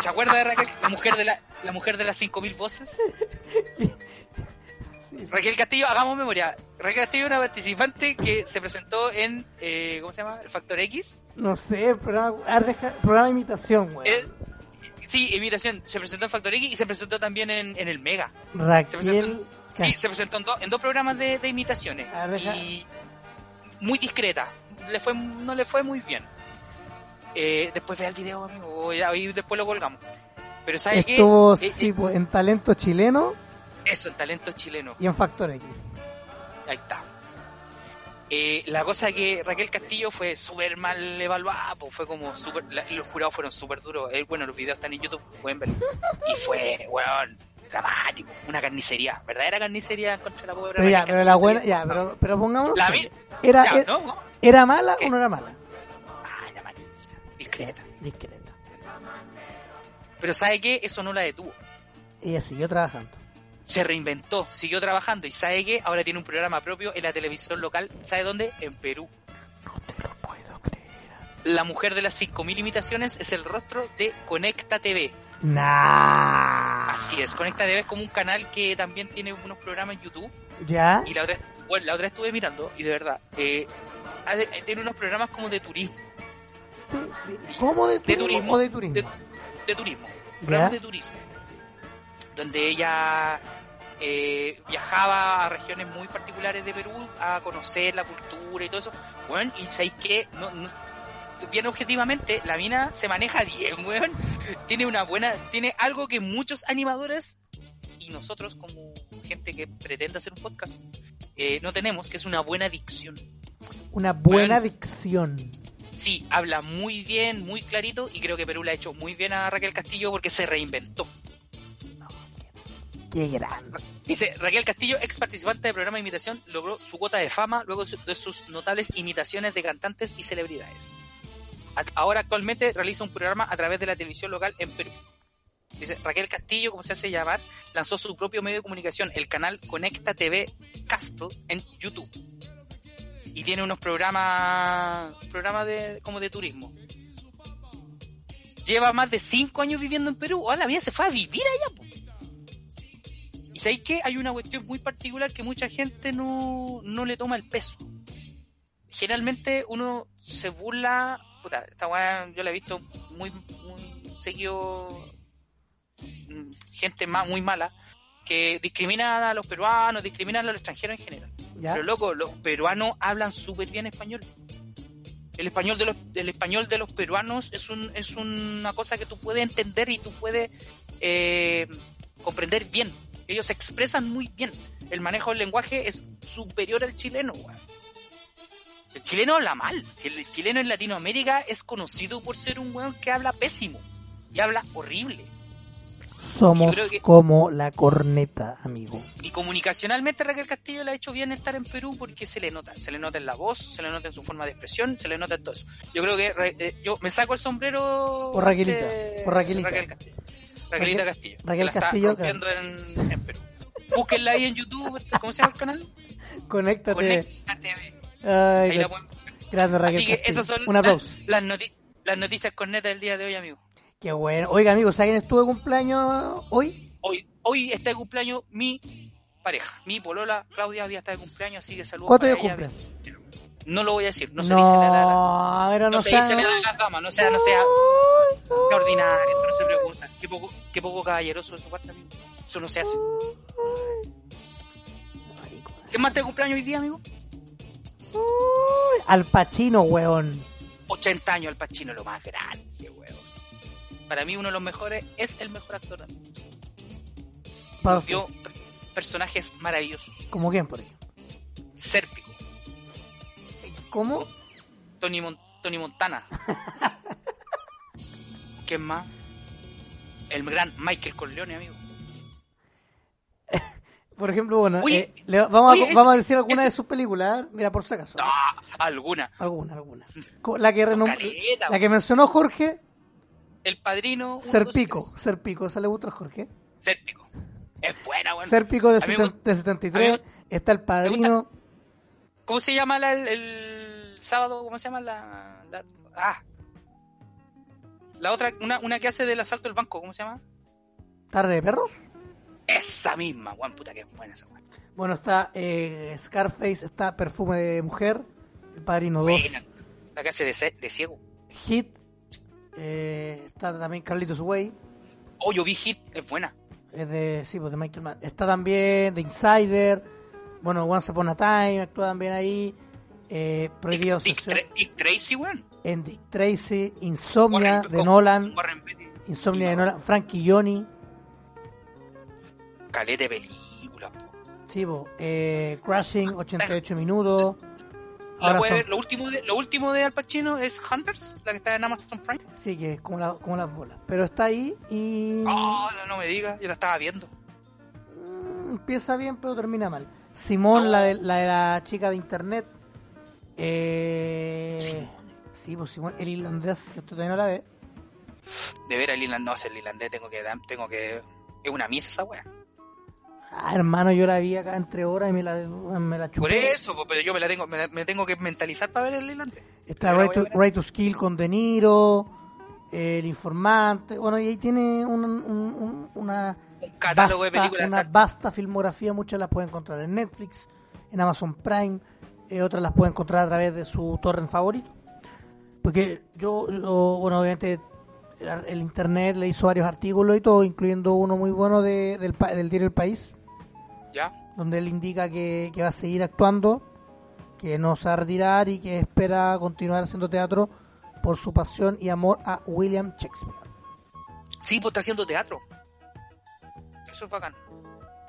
¿Se acuerda de Raquel, la mujer de, la, la mujer de las 5.000 voces?
Sí, sí.
Raquel Castillo, hagamos memoria. Raquel Castillo es una participante que se presentó en, eh, ¿cómo se llama? El Factor X.
No sé, programa, ah, deja- programa de imitación, weón.
Eh, sí, imitación. Se presentó en Factor X y se presentó también en, en el Mega. se
Raquel
presentó-
Ca-
Sí, se presentó en, do- en dos programas de, de imitaciones.
A ver, deja-
Y muy discreta. Le fue, no le fue muy bien. Eh, después vea el video, amigo. o ya- Ahí después lo colgamos. Pero ¿sabe qué?
estuvo
Eh,
sí, pues, en talento chileno
Eso, el talento chileno.
Y en Factor X.
Ahí está. Eh, la cosa que Raquel Castillo fue súper mal evaluada, pues fue como súper. la- Los jurados fueron súper duros. Eh, bueno, los videos están en YouTube, pueden verlo. Y fue, weón, dramático. Una carnicería, verdadera carnicería contra la pobre
Pero ya,
Raquel
pero la
Castillo,
buena,
se
ya,
puso-
pero, pero pongámonos.
La
serios.
vi,
Era,
ya,
era,
¿no?
¿Era mala
¿Qué?
o no era mala?
Ah, la maldita, discreta.
Discreta.
Pero ¿sabe qué? Eso no la detuvo.
Ella siguió trabajando.
Se reinventó, siguió trabajando y ¿sabe qué? Ahora tiene un programa propio en la televisión local. ¿Sabe dónde? En Perú.
No te lo puedo creer.
La mujer de las 5.000 imitaciones es el rostro de Conecta TV.
Nah.
Así es, Conecta TV es como un canal que también tiene unos programas en YouTube.
¿Ya?
Y la otra, bueno, la otra estuve mirando y de verdad, eh, hace- tiene unos programas como de turismo.
De- de- ¿Cómo de,
De
turismo?
turismo.
o de turismo?
De, de turismo. Programas de turismo. Donde ella eh, viajaba a regiones muy particulares de Perú a conocer la cultura y todo eso. Bueno, y sabéis que, no, no- bien objetivamente, la mina se maneja bien, weón. Tiene una buena, tiene algo que muchos animadores y nosotros como gente que pretende hacer un podcast eh, no tenemos, que es una buena dicción.
Una
Bueno.
buena dicción.
Sí, habla muy bien, muy clarito y creo que Perú le ha hecho muy bien a Raquel Castillo porque se reinventó.
Qué grande.
Dice, Raquel Castillo, ex participante del programa de imitación, logró su cuota de fama luego su- de sus notables imitaciones de cantantes y celebridades. A- Ahora actualmente realiza un programa a través de la televisión local en Perú. Dice, Raquel Castillo, como se hace llamar, lanzó su propio medio de comunicación, el canal Conecta TV Castle, en YouTube. Y tiene unos programas, programas de, como de turismo. Lleva más de cinco años viviendo en Perú. ¡Hola, mía! Se fue a vivir allá, po. Y sabéis que hay una cuestión muy particular que mucha gente no, no le toma el peso. Generalmente uno se burla. Puta, esta weá yo la he visto muy, muy seguido. mm, Gente ma- muy mala que discrimina a los peruanos, discrimina a los extranjeros en general.
¿Ya?
Pero loco, los peruanos hablan súper bien español. El español de los, el español de los peruanos es un, es una cosa que tú puedes entender y tú puedes eh, comprender bien. Ellos se expresan muy bien. El manejo del lenguaje es superior al chileno, weón. El chileno habla mal. Si El chileno en Latinoamérica es conocido por ser un weón que habla pésimo y habla horrible.
Somos
yo creo que-
como la corneta, amigo.
Y comunicacionalmente Raquel Castillo le ha hecho bien estar en Perú porque se le nota, se le nota en la voz, se le nota en su forma de expresión, se le nota en todo eso. Yo creo que Ra- eh, yo me saco el sombrero
Por Raquelita,
de
por Raquelita.
Raquel Castillo. Raquelita
Raquel-
Castillo. que
Raquel
la está
Castillo,
rompiendo en, en Perú. Búsquenla ahí en YouTube, ¿cómo se llama el canal?
Conéctate.
Conecta TV.
Ay,
Ahí la
gra-
pueden-
grande Raquel.
Así que
Castillo.
esas son
Un
la-
aplauso.
las, noticias las noticias cornetas del día de hoy, amigo.
Qué bueno. Oiga, amigo, ¿saben quién estuvo de cumpleaños hoy?
Hoy, hoy está de cumpleaños mi pareja, mi polola Claudia, hoy día está de cumpleaños, así que saludos.
¿Cuánto
para
yo
ella.
cumple?
No lo voy a decir, no se dice la edad. de la-
No, pero
No,
no
se
sea-
dice la edad de las damas, no sea, no sea extraordinario, esto no se pregunta. Qué poco, qué poco caballeroso de su parte, amigo. Eso no se hace.
Marico.
¿Qué más te cumpleaños hoy día, amigo?
Al Pachino, weón.
80 años al Pachino, lo más grande, weón. Para mí uno de los mejores es el mejor actor.
Pa-
Vio per- personajes maravillosos.
¿Cómo quién, por ejemplo?
Sérpico,
¿Cómo?
Tony, Mon- Tony Montana. ¿Quién más? El gran Michael Corleone, amigo.
Por ejemplo, bueno,
Oye,
eh, le- vamos,
oye,
a,
ese-
vamos a decir alguna
ese-
de sus películas. ¿eh? Mira, por si acaso.
No, Ah, alguna.
Alguna, alguna. Co- La que, renom-
caleta,
la que mencionó Jorge,
El padrino. uno, dos,
Serpico.
tres.
Serpico, esa le gustó a Jorge.
Sérpico. Es buena, weón.
Serpico de,
A mí me
seten-
gu-
de 73.
a mí
Está el padrino.
¿Cómo se llama la- el, el sábado? ¿Cómo se llama la, la- ah la otra una, una que hace del asalto del banco? ¿Cómo se llama?
Tarde de perros.
Esa misma, Juan puta que buena esa weón.
Bueno, está eh, Scarface, está Perfume de Mujer, El Padrino 2,
Buena. La que hace de, ce- de ciego.
Hit, eh, está también Carlitos Way,
Oh, yo vi Hit, es buena.
es de, sí, pues de Michael Mann. Está también The Insider, bueno, Once Upon a Time, actúa también ahí, eh, Prohibido
Dick, Dick
Obsesión
Tra- Dick Tracy, weón.
en Dick Tracy, Insomnia
Warren-
de
con-
Nolan,
Warren Beatty.
Insomnia de
no.
Nolan, Frankie Johnny,
Caleta de película. películas. po.
Sí, bo, eh, Crashing, 88 minutos.
Ah, La
Ahora
puede
son-
ver- lo, último de, lo último de Al Pacino es Hunters, la que está en Amazon Prime.
Sí, que es como, la- como las bolas. Pero está ahí y
Ah, no, no me digas, yo la estaba viendo.
mm, empieza bien, pero termina mal. Simón, la de la, de la chica de internet. Eh,
Simón.
Sí, pues Simón, el irlandés, que usted también no la ve.
De ver al Island, no sé, el irlandés tengo que. dar- tengo que Es una misa esa wea.
Ah, hermano, yo la vi acá entre horas y me la, me la chupé.
Por eso, po, pero yo me la tengo me, la- me tengo que mentalizar para ver el irlandés. Yo
Está
la
Right
voy
to,
a ver.
Right to Skill con De Niro, El Informante. Bueno, y ahí tiene un- un- un- una,
Un catálogo de
vasta-
películas.
una vasta filmografía. Muchas las puede encontrar en Netflix, en Amazon Prime. eh, otras las puede encontrar a través de su torrent favorito. Porque yo, yo, bueno, obviamente el, ar- el internet le hizo varios artículos y todo, incluyendo uno muy bueno de- del, pa- del diario El País,
¿Ya?
donde él indica que, que va a seguir actuando, que no se va a retirar y que espera continuar haciendo teatro por su pasión y amor a William Shakespeare.
Sí, pues está haciendo teatro. Eso es bacán.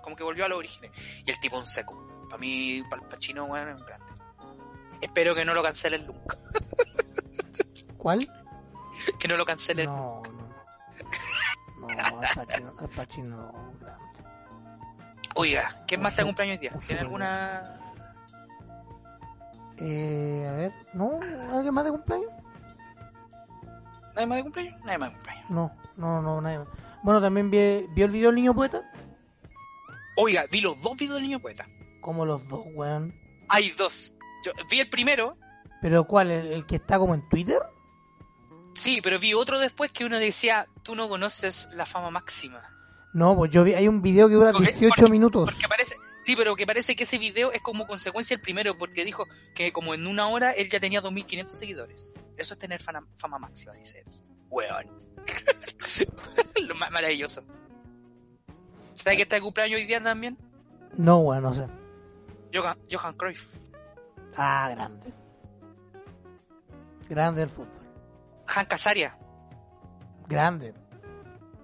Como que volvió a los orígenes. Y el tipo un seco. Para mí, para el Pacino, weón, es un grande. Espero que no lo cancelen nunca.
¿Cuál?
Que no lo cancelen.
No, no. No, Al Pacino, Al Pacino, grande.
Oiga, ¿quién más está de cumpleaños hoy día?
Un
¿Tiene
super-
alguna.?
Eh, a ver, ¿no? ¿Alguien más de cumpleaños?
¿Nadie más de cumpleaños? Nadie más de cumpleaños.
No, no, no, nadie más. Bueno, también vi, vio el video del niño poeta.
Oiga, vi los dos videos del niño poeta.
Como los dos, weón.
Hay dos. Yo vi el primero,
¿Pero cuál? ¿El, el que está como en Twitter?
sí, pero vi otro después que uno decía: Tú no conoces la fama máxima.
No, pues yo vi, hay un video que dura
Porque-
18
porque-
minutos.
Porque parece, sí, pero que parece que ese video es como consecuencia del primero, porque dijo que como en una hora él ya tenía 2.500 seguidores. Eso es tener fama, fama máxima, dice él. Weón. Lo más maravilloso. ¿Sabes que está de cumpleaños hoy día también?
No, weón, no sé.
Johan, Johan Cruyff.
Ah, grande. Grande el fútbol.
Han Casaria.
Grande.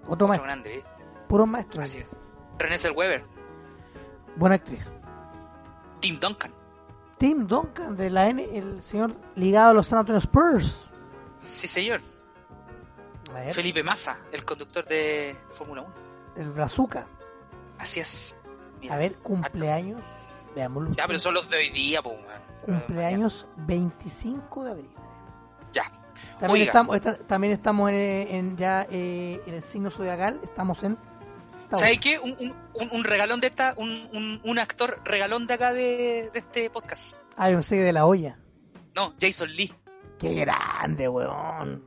Otro
Otro
maestro.
grande, ¿eh?
Puro maestro.
Así es. René Zellweger.
Buena actriz.
Tim Duncan.
Tim Duncan de la N, el señor ligado a los San Antonio Spurs.
Sí, señor.
A ver,
Felipe Massa, el conductor de Fórmula 1.
el Brazuca.
Así es. Mira.
A ver, cumpleaños. Veámoslo.
Ya, pero son los de hoy día, pues, weón.
Cumpleaños 25 de abril.
Ya.
También
Oiga.
estamos, esta- también estamos en, en ya eh, en el signo zodiacal. Estamos en. Tauro.
¿Sabes qué? Un, un- un- un regalón de esta, un, un- un actor regalón de acá de, de este podcast.
Ah, yo pensé que de la olla.
No, Jason Lee.
Qué grande, weón.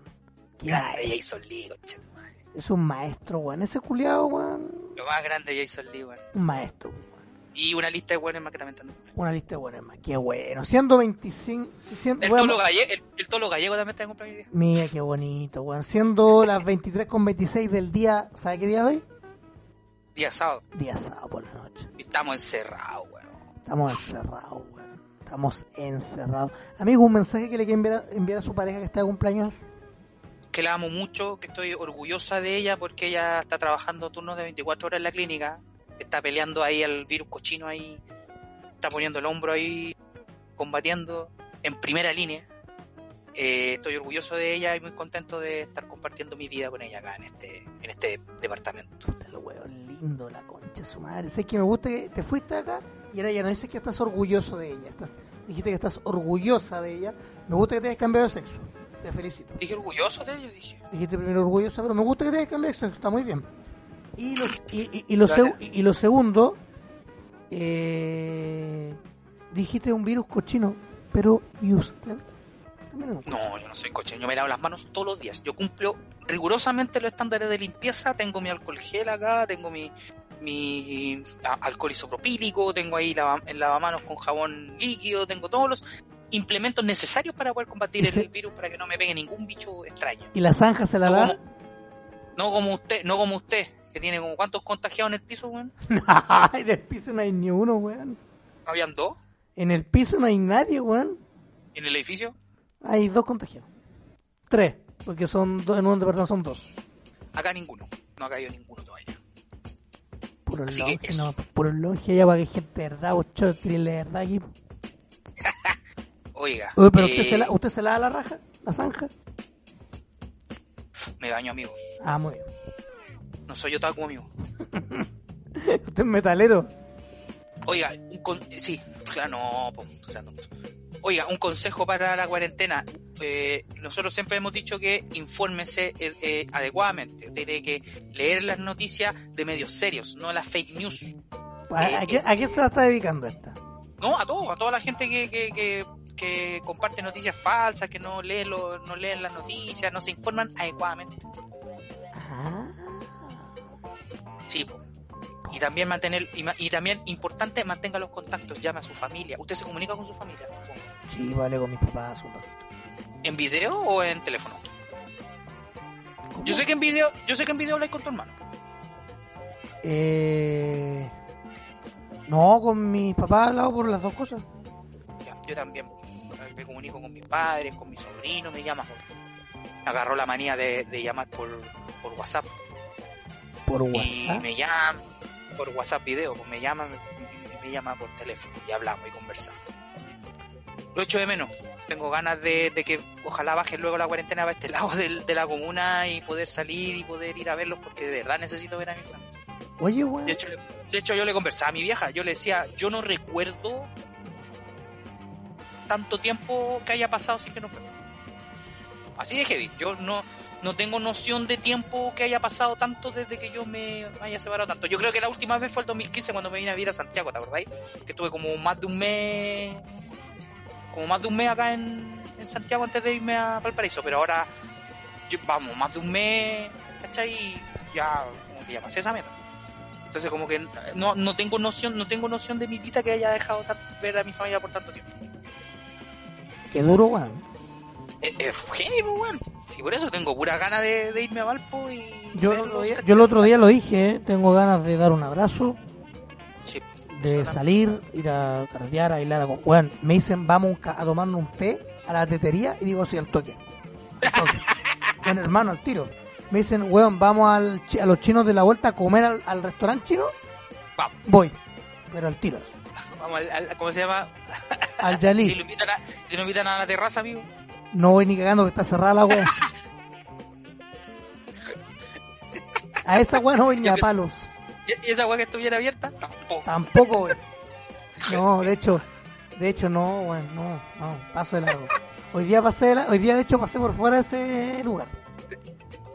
Qué
Grande
maestro.
Jason Lee, concha tu madre.
Es un maestro, weón. Ese culiado, weón.
Lo más grande Jason Lee, weón.
Un maestro.
Y una lista de weones más que también están.
Una lista de buenas más. Qué bueno. Siendo 25. si- si-
El,
weón,
tolo galle- el, el tolo gallego también está en cumpleaños hoy día.
Mira, qué bonito, weón. Siendo las 23 con 26 del día, ¿sabe qué día es hoy?
Día sábado.
Día sábado por la noche.
Y estamos encerrados, weón.
Estamos encerrados, weón. Estamos encerrados. Amigo, un mensaje que le quiere enviar a, enviar a su pareja que está de cumpleaños.
Que la amo mucho, que estoy orgullosa de ella porque ella está trabajando turnos de 24 horas en la clínica. Está peleando ahí al virus cochino ahí. Está poniendo el hombro ahí, combatiendo en primera línea. Eh, estoy orgulloso de ella y muy contento de estar compartiendo mi vida con ella acá en este, en este departamento.
Puta, lo weón, lindo la concha de su madre. Sé que me gusta que te fuiste acá y ahora ya no dices que estás orgulloso de ella. Estás, dijiste que estás orgullosa de ella. Me gusta que te hayas cambiado de sexo. Te felicito.
Dije orgulloso de ella, dije.
Dijiste primero orgullosa, pero me gusta que te hayas cambiado de sexo. Está muy bien. Y lo, y, y- y lo,
Gracias.
seg- y lo segundo, eh, dijiste un virus cochino, pero ¿y usted? También es un cochino.
No, yo no soy coche, yo me lavo las manos todos los días. Yo cumplo rigurosamente los estándares de limpieza. Tengo mi alcohol gel acá, tengo mi, mi a- alcohol isopropílico, tengo ahí lava- el lavamanos con jabón líquido, tengo todos los implementos necesarios para poder combatir
¿Y se-
el virus para que no me pegue ningún bicho extraño.
¿Y la zanja se la
No
da?
como, no como usted, no como usted, que tiene como cuántos contagiados en el piso, weón.
en el piso no hay ni uno, weón.
¿No habían dos
En el piso no hay nadie, weón.
en el edificio?
Hay dos contagiados. Tres, porque son dos, en un departamento son dos.
Acá ninguno, no ha caído ninguno todavía.
Puro
Así que
longe,
eso.
no, puro longe ya para que gente de verdad, o Churchill de verdad aquí.
Oiga,
Oye, pero
eh,
usted, se la, ¿usted se lava la raja? ¿La zanja?
me baño amigo.
Ah, muy bien.
No soy otaku amigo.
Usted Este es metalero.
Oiga, un con- eh, sí, claro, no, po, claro, no. Oiga, un consejo para la cuarentena. Eh, nosotros siempre hemos dicho que infórmense eh, eh, adecuadamente. Tiene que leer las noticias de medios serios, no las fake news.
¿A,
Eh,
a qué,
eh.
a qué se la está dedicando esta?
No, a todo, a toda la gente que, que, que, que comparte noticias falsas, que no leen, lo- no leen las noticias, no se informan adecuadamente.
Ah,
Sí, po. y también mantener y, ma- y también importante mantenga los contactos, llame a su familia. Usted se comunica con su familia. supongo.
sí, vale, con mis papás un ratito.
¿En video o en teléfono?
¿Cómo?
Yo sé que en video, yo sé que en video habláis con tu hermano.
Eh... No, con mis papás he hablado por las dos cosas.
Ya, yo también. Me comunico con mis padres, con mi sobrino, me llama. Me agarró la manía de, de llamar por, por WhatsApp.
Por
Y
WhatsApp.
me llama por WhatsApp video, pues me llama, me, me llama por teléfono y hablamos y conversamos. Lo echo de menos. Tengo ganas de, de que ojalá baje luego la cuarentena para este lado del- de la comuna y poder salir y poder ir a verlos porque de verdad necesito ver a mi familia.
Oye, weón.
De hecho, le- de hecho, yo le conversaba a mi vieja, yo le decía, yo no recuerdo tanto tiempo que haya pasado sin que nos vemos. Así de heavy, yo no, no tengo noción de tiempo que haya pasado tanto desde que yo me haya separado tanto. Yo creo que la última vez fue el 2015 cuando me vine a vivir a Santiago, ¿te acordáis? Que estuve como más de un mes, como más de un mes acá en, en Santiago antes de irme a Valparaíso, pero ahora, yo- vamos, más de un mes, ¿cachai? Y Ya, como que ya pasé esa meta. Entonces como que no, no tengo noción, no tengo noción de mi vida que haya dejado tan- ver a mi familia por tanto tiempo.
Qué duro, weón.
Es genio, pues, weón. Y por eso tengo pura gana de, de irme a Valpo y
Yo, el
verlos,
otro día-
¿cachai?
yo el otro día lo dije, ¿eh? tengo ganas de dar un abrazo,
Sí.
de salir, ir a carretear, a bailar. A... co- Weón, me dicen vamos un ca- a tomarnos un té a la tetería y digo sí, al toque. Al toque. Weón, hermano, al tiro. Me dicen, weón, vamos al chi- a los chinos de la vuelta a comer al, al restaurante chino.
Vamos.
Voy, pero al tiro.
Vamos al- al- ¿cómo se llama?
Al
Si, lo
Yalí.
invitan a, si lo invitan a la terraza, amigo.
No voy ni cagando que está cerrada la weá. A esa weá no voy ni a palos.
¿Y y esa weá que estuviera abierta? Tampoco.
Tampoco, güey. No, de hecho, de hecho no, güey, no, no, paso de largo. Hoy día pasé, de la- hoy día de hecho pasé por fuera de ese lugar.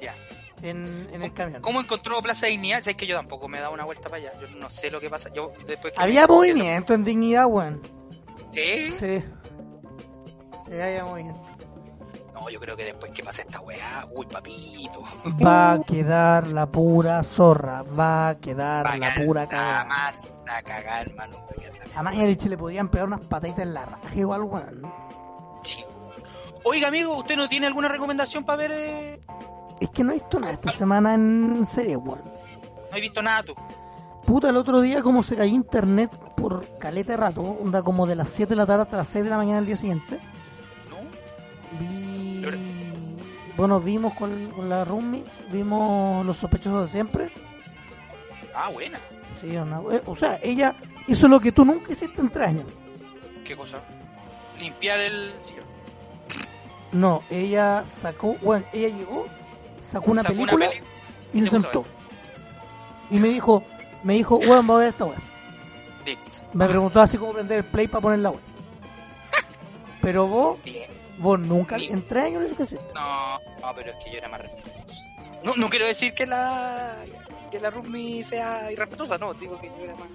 Ya.
En, en el camión.
¿Cómo encontró Plaza Dignidad? Si es que yo tampoco me he dado una vuelta para allá. Yo no sé lo que pasa. Yo después que
Había
me-
movimiento en dignidad, güey.
Sí.
Sí. Sí, había movimiento.
No, yo creo que después que pasa esta weá, uy, papito.
Va a quedar la pura zorra, va a quedar la pura cagada.
Más a cagar, hermano. va a quedar la
A Mañalich le podían pegar unas pataditas en la raja igual, weón.
Sí. Oiga, amigo, ¿usted no tiene alguna recomendación para ver? eh?
Es que no he visto nada esta semana en serie, weón.
No he visto nada tú.
Puta, el otro día como se cayó internet por caleta de rato, onda como de las 7 de la tarde hasta las 6 de la mañana del día siguiente.
¿No?
Vi...
Pero-
Bueno, vimos con, con la Rumi, vimos los sospechosos de siempre.
Ah, buena.
Sí, una- eh, o sea, ella hizo lo que tú nunca hiciste en tres años.
¿Qué cosa? Limpiar el sillón.
No, ella sacó, bueno, ella llegó, sacó una
Sacó
película
peli-
y se
se puso a
sentó. Y me dijo, me dijo, bueno, voy a ver esta web.
Listo.
Me preguntó así cómo prender el play para poner la web.
Ah.
Pero vos
Bien.
Vos nunca en tres años lo que hiciste.
No, no, pero es que yo era más respetuoso. No, no quiero decir que la que la Rumi sea irrespetuosa, no, digo que yo era más.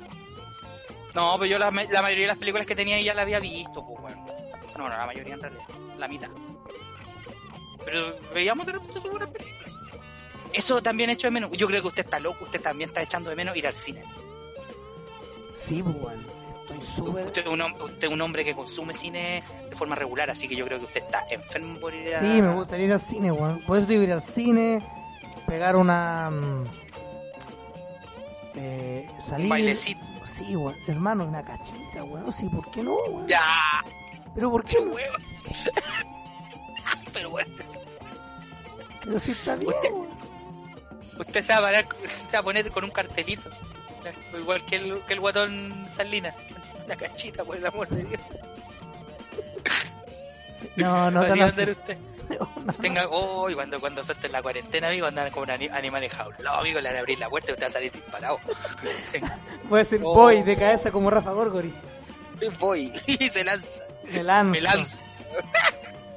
No, pero yo la, ma- la mayoría de las películas que tenía ya la había visto, pues bueno. No, no, la mayoría en realidad, la mitad. Pero veíamos de repente sus buenas películas. Eso también hecho de menos. Yo creo que usted está loco, usted también está echando de menos ir al cine.
Sí, pues, weón. Estoy súper.
Usted es un, hom- usted es un hombre que consume cine de forma regular, así que yo creo que usted está enfermo por ir a...
Sí, me gustaría ir al cine, weón. Por eso digo ir al cine, pegar una. mm, Eh, salir.
Un bailecito.
Sí, weón. Hermano, una cachita, weón. Sí, ¿por qué no, weón?
Ya,
Pero ¿por qué
pero
no?
huevo. pero bueno,
Pero sí está bien,
Usted-
weón.
usted se va, a parar- se va a poner con un cartelito. Igual que el, que el guatón Salinas. La cachita, por el amor de Dios.
No, no
Así
tan
va a
así.
ser usted. Tenga, oh, y cuando, cuando salten la cuarentena, amigo, andan como un ani- animal enjaulado, amigo, le van a abrir la puerta y usted va a salir disparado.
Voy a decir
Oh.
voy de cabeza como Rafa Gorgori.
Voy, y se lanza,
Me lanzo.
me lanza.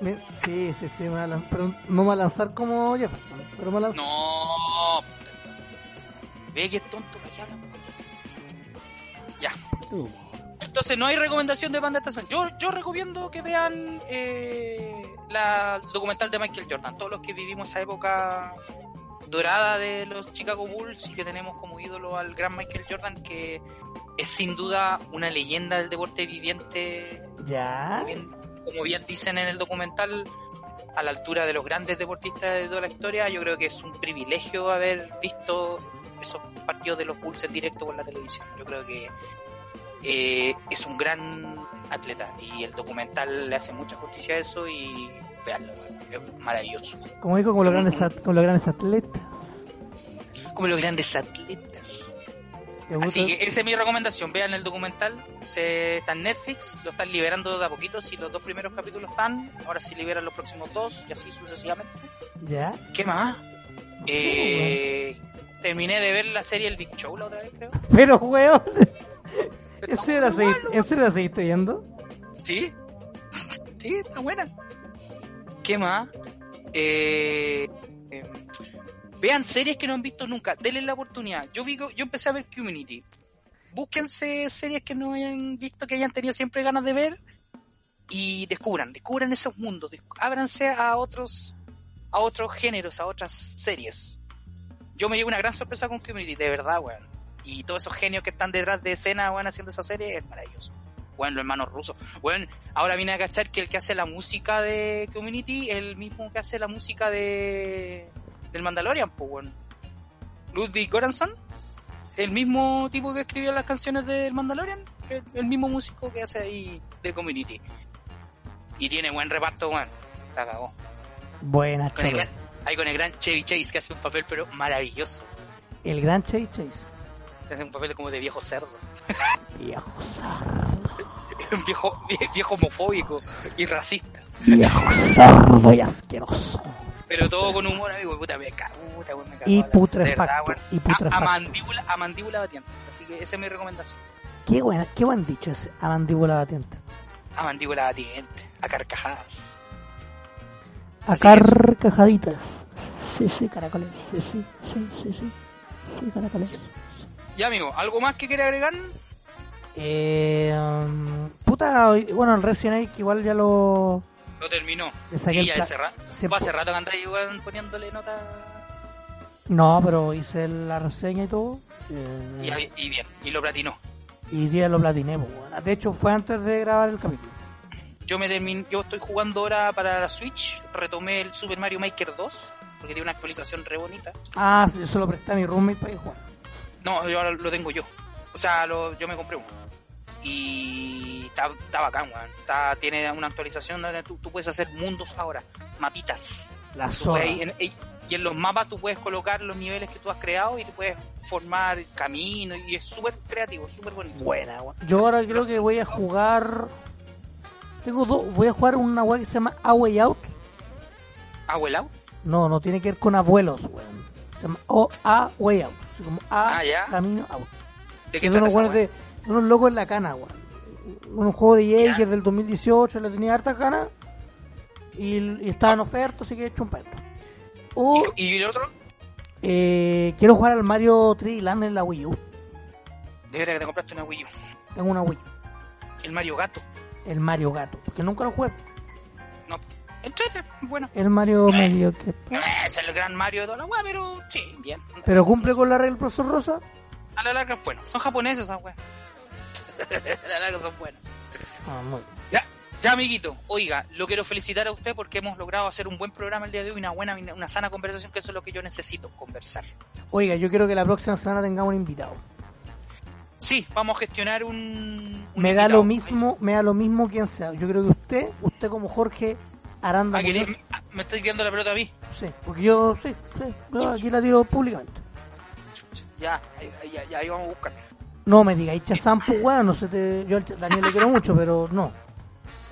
Me- Sí, sí, sí, me voy a lan- pero no me voy a lanzar como Jefferson, pero me voy a lanzar.
No. Ve que es tonto, para allá, la-
Uh.
Entonces, no hay recomendación de Banda Tarzán. Yo, yo recomiendo que vean eh, la el documental de Michael Jordan. Todos los que vivimos esa época dorada de los Chicago Bulls y que tenemos como ídolo al gran Michael Jordan, que es sin duda una leyenda del deporte viviente,
Ya.
como bien, como bien dicen en el documental, a la altura de los grandes deportistas de toda la historia. Yo creo que es un privilegio haber visto esos partidos de los Bulls en directo por la televisión. Yo creo que eh, es un gran atleta y el documental le hace mucha justicia a eso y veanlo, es maravilloso.
Como dijo, como los grandes, at- como los grandes atletas.
Como los grandes atletas.
Me gusta-
Así que esa es mi recomendación, vean el documental, se, está en Netflix, lo están liberando de a poquito, si los dos primeros capítulos están, ahora sí liberan los próximos dos y así sucesivamente.
Ya.
¿Qué más?
Sí,
Eh, terminé de ver la serie El Big Show la otra vez, creo.
Pero, weón, ¿en
Está
serio
muy
la seguiste,
bueno.
¿en serio la seguiste viendo?
Sí, sí, está buena. ¿Qué más? Eh, eh, vean series que no han visto nunca, denle la oportunidad. Yo vi, yo empecé a ver Community. Búsquense series que no hayan visto, que hayan tenido siempre ganas de ver y descubran, descubran esos mundos, des- ábranse a otros, a otros géneros, a otras series. Yo me llevo una gran sorpresa con Community, de verdad, weón. Y todos esos genios que están detrás de escena, weón, haciendo esa serie, es maravilloso. Weón, los hermanos rusos. Weón, ahora vine a cachar que el que hace la música de Community es el mismo que hace la música de del Mandalorian, pues, weón. Ludwig Göransson, el mismo tipo que escribió las canciones del Mandalorian, el, el mismo músico que hace ahí de Community. Y tiene buen reparto, weón. La cagó.
Buena,
Con el
choro.
gran- ahí con el gran Chevy Chase que hace un papel, pero maravilloso.
El gran Chase Chase.
Hace un papel como de viejo cerdo.
Viejo
Un viejo, viejo homofóbico y racista.
Viejo cerdo y asqueroso.
Pero todo con humor, amigo. Puta, me cago, puta, weón, me cago
Y
la- de verdad,
putrefacto.
weón.
Y
A, a
putrefacto.
mandíbula, a mandíbula batiente. Así que esa es mi recomendación.
Qué, buena, qué buen dicho ese. A mandíbula batiente.
A mandíbula batiente, a carcajadas.
A
Así que eso.
carcajaditas. Sí, sí, caracoles. Sí, sí, sí, sí, sí. Sí, caracoles.
Ya, amigo, ¿algo más que quiere agregar?
Eh, um, puta, hoy- bueno, el Resident Evil que igual ya lo...
Lo terminó.
Le saqué
Sí,
el
ya
pla-
hace rato.
se
Hace
po-
rato que andáis weón, poniéndole nota.
No, pero hice la reseña y todo. Eh,
Y, ahí- y bien, y lo platinó.
Y día lo platiné, pues, weón. De hecho, fue antes de grabar el capítulo.
Yo me termin... yo estoy jugando ahora para la Switch. Retomé el Super Mario Maker 2. Porque tiene una actualización re bonita.
Ah, sí, se lo presté a mi roommate para que jugara.
No, yo ahora lo tengo yo. O sea, lo- yo me compré uno. Y está, está bacán, weón. Está- tiene una actualización donde tú, tú puedes hacer mundos ahora, mapitas.
La
Tú
zorra.
puedes- en- y- y en los mapas tú puedes colocar los niveles que tú has creado y tú puedes formar caminos. Y es súper creativo, súper bonito.
Buena, weón. Yo ahora creo que voy a jugar... Tengo dos... Voy a jugar una weá que se llama A Way Out.
Abuelao.
No, no tiene que ver con abuelos, weón. Se llama o A Way Out. Así como A
Ah, ya.
Camino Out.
¿De qué
Que de
trata
unos
esa
weones
weá?
de unos locos en la cana, weón. Un juego de EA
Ya.
que es del 2018, le tenía hartas ganas. Y, y estaba en oferta, así que he hecho un pedo. O
¿Y, y el otro?
eh, quiero jugar al Mario 3 Land en la Wii U.
Debería que te compraste una Wii U.
Tengo una Wii U.
El Mario Gato.
El Mario Gato. Porque nunca lo jugué.
No. Entrete, bueno.
El Mario medio que...
No Eh, Es el gran Mario de toda la weá, pero sí, bien.
Pero cumple con la regla el profesor Rosa.
A la larga es bueno. Son japoneses ah, esas weas. A la larga son buenos.
Ah, muy bien.
Ya, ya amiguito. Oiga, lo quiero felicitar a usted porque hemos logrado hacer un buen programa el día de hoy, una buena, una sana conversación, que eso es lo que yo necesito, conversar.
Oiga, yo quiero que la próxima semana tengamos un invitado.
Sí, vamos a gestionar un... un
me da
invitado.
lo mismo, me da lo mismo quien sea. Yo creo que usted, usted como Jorge Aranda
Ah, que
Muñoz,
le- ah, me estoy tirando la pelota a mí.
sí, porque yo sí, sí, yo aquí la digo públicamente.
Ya, ahí- ahí- ahí- ahí vamos a buscar.
No me digáis Chazam, pues weón, no sé, te- yo al Ch- Daniel le quiero mucho, pero no.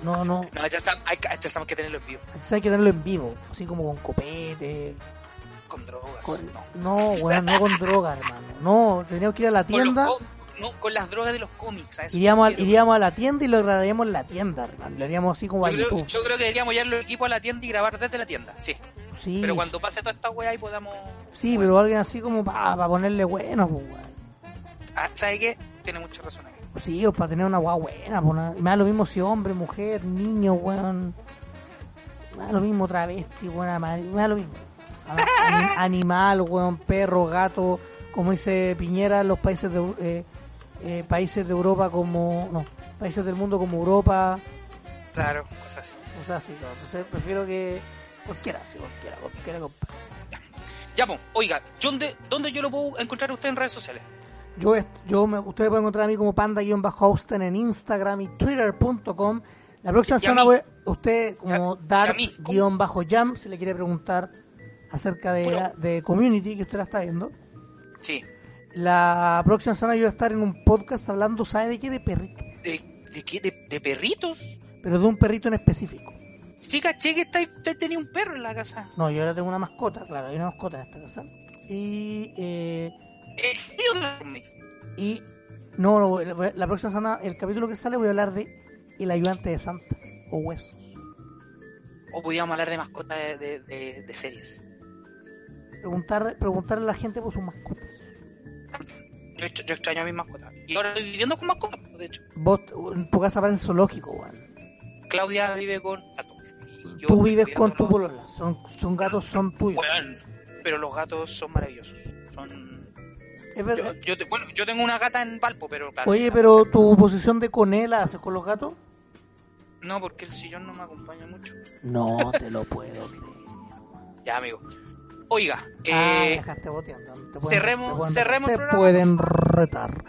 No, no,
No, ya está, hay, que- ya estamos que tenerlo en vivo.
Quizás hay que tenerlo en vivo, así como con copete.
Con drogas.
con-
no.
No, weón, no con droga, hermano. No, teníamos que ir a la
Con los
tienda,
com- no, con las drogas de los cómics. ¿sabes?
iríamos, al- iríamos a la tienda y lo grabaríamos en la tienda, hermano. Lo haríamos así como
Yo
al
creo,
YouTube.
yo creo que deberíamos llevar los equipos a la tienda y grabar desde la tienda. Sí.
Sí,
Pero cuando pase toda esta weá y podamos.
sí, pero alguien así como para ponerle bueno, pues, weón.
Ah, ¿Sabes qué? Tiene mucha razón ahí.
Pues Sí, o para tener una guagua buena, pues, una- me da lo mismo si hombre, mujer, niño, weón. Me da lo mismo travesti, weón, ama- me da lo mismo. Ama- ani- Animal, weón, perro, gato, como dice Piñera en los países de Eu- eh, eh, países de Europa como no, países del mundo como Europa,
Claro, cosas así.
o sea, sí, no, entonces prefiero que cualquiera, sí, cualquiera, cualquiera. compa.
Ya, pues, oiga, ¿yo ¿dónde, ¿dónde yo lo puedo encontrar a usted en redes sociales?
Yo, est- yo me, ustedes pueden encontrar a mí como panda-austin en Instagram y twitter.com. La próxima
Y a
semana
mí.
voy- usted como
Y a- y a mí, ¿cómo?
dark-jam si le quiere preguntar acerca de,
Puro.
la- de community que usted la está viendo.
Sí.
La próxima semana yo voy a estar en un podcast hablando, ¿sabe de qué? De perrito.
¿De, de qué? ¿De, de perritos?
Pero de un perrito en específico.
Sí, caché que está- usted tenía un perro en la casa.
No, yo ahora tengo una mascota, claro, hay una mascota en esta casa. Y... Eh,
Eh, yo no-
y no, no, voy- voy- la próxima semana, el capítulo que sale voy a hablar de El ayudante de Santa o Huesos.
O podíamos hablar de mascotas de, de- de- de series.
preguntar preguntarle a la gente por sus mascotas.
Yo, ex- yo extraño a mis mascotas. Y ahora estoy viviendo con mascotas, de hecho.
Vos, en tu casa parece zoológico, weón.
Claudia vive con gatos. Y yo
Tú vives
estoy
con tu
cuidando los-
polola. Son, son gatos, son tuyos.
Weón, pero los gatos son maravillosos. Son...
Es
Yo,
verdad.
yo te- bueno, yo tengo una gata en Valpo, pero claro.
eh, Oye, pero tu posición de coné la haces con los gatos?
No, porque el sillón no me acompaña mucho.
No te lo puedo creer.
Ya, amigo. Oiga,
Ah, me
eh,
dejaste boteando. Te
cerremos-
te pueden-
cerremos el
Te
programa.
pueden retar.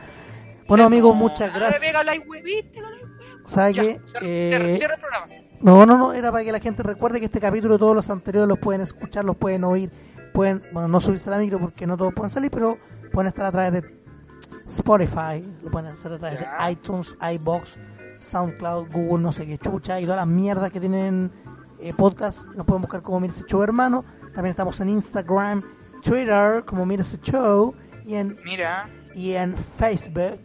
Bueno, amigos, muchas gracias.
Pégala y huevítela, la hueva.
¿Sabes
Ya,
qué?
cierra-
Eh,
cierra- cierra el programa.
No, no, no, era para que la gente recuerde que este capítulo, todos los anteriores los pueden escuchar, los pueden oír, pueden, bueno, no subirse a la micro porque no todos pueden salir, pero pueden estar a través de Spotify, lo pueden hacer a través
Ya.
de iTunes, iBox, SoundCloud, Google, no sé qué chucha, y todas las mierdas que tienen eh, podcast, nos pueden buscar como Mirce Show Hermano, también estamos en Instagram, Twitter como Mirce Show, y en,
Mira,
y en Facebook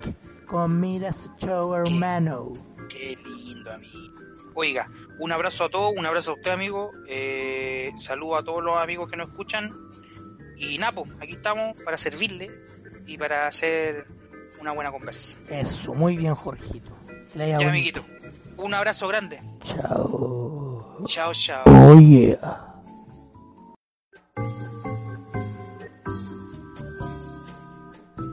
como Mirce Show Hermano.
qué lindo, amigo. Oiga, un abrazo a todos, un abrazo a usted, amigo. Eh, saludo a todos los amigos que nos escuchan. Y Napo, aquí estamos para servirle y para hacer una buena conversa.
Eso, muy bien, Jorgito. Que le haya
Ya,
bonito.
amiguito. Un abrazo grande.
Chao.
Chao, chao.
Oh yeah.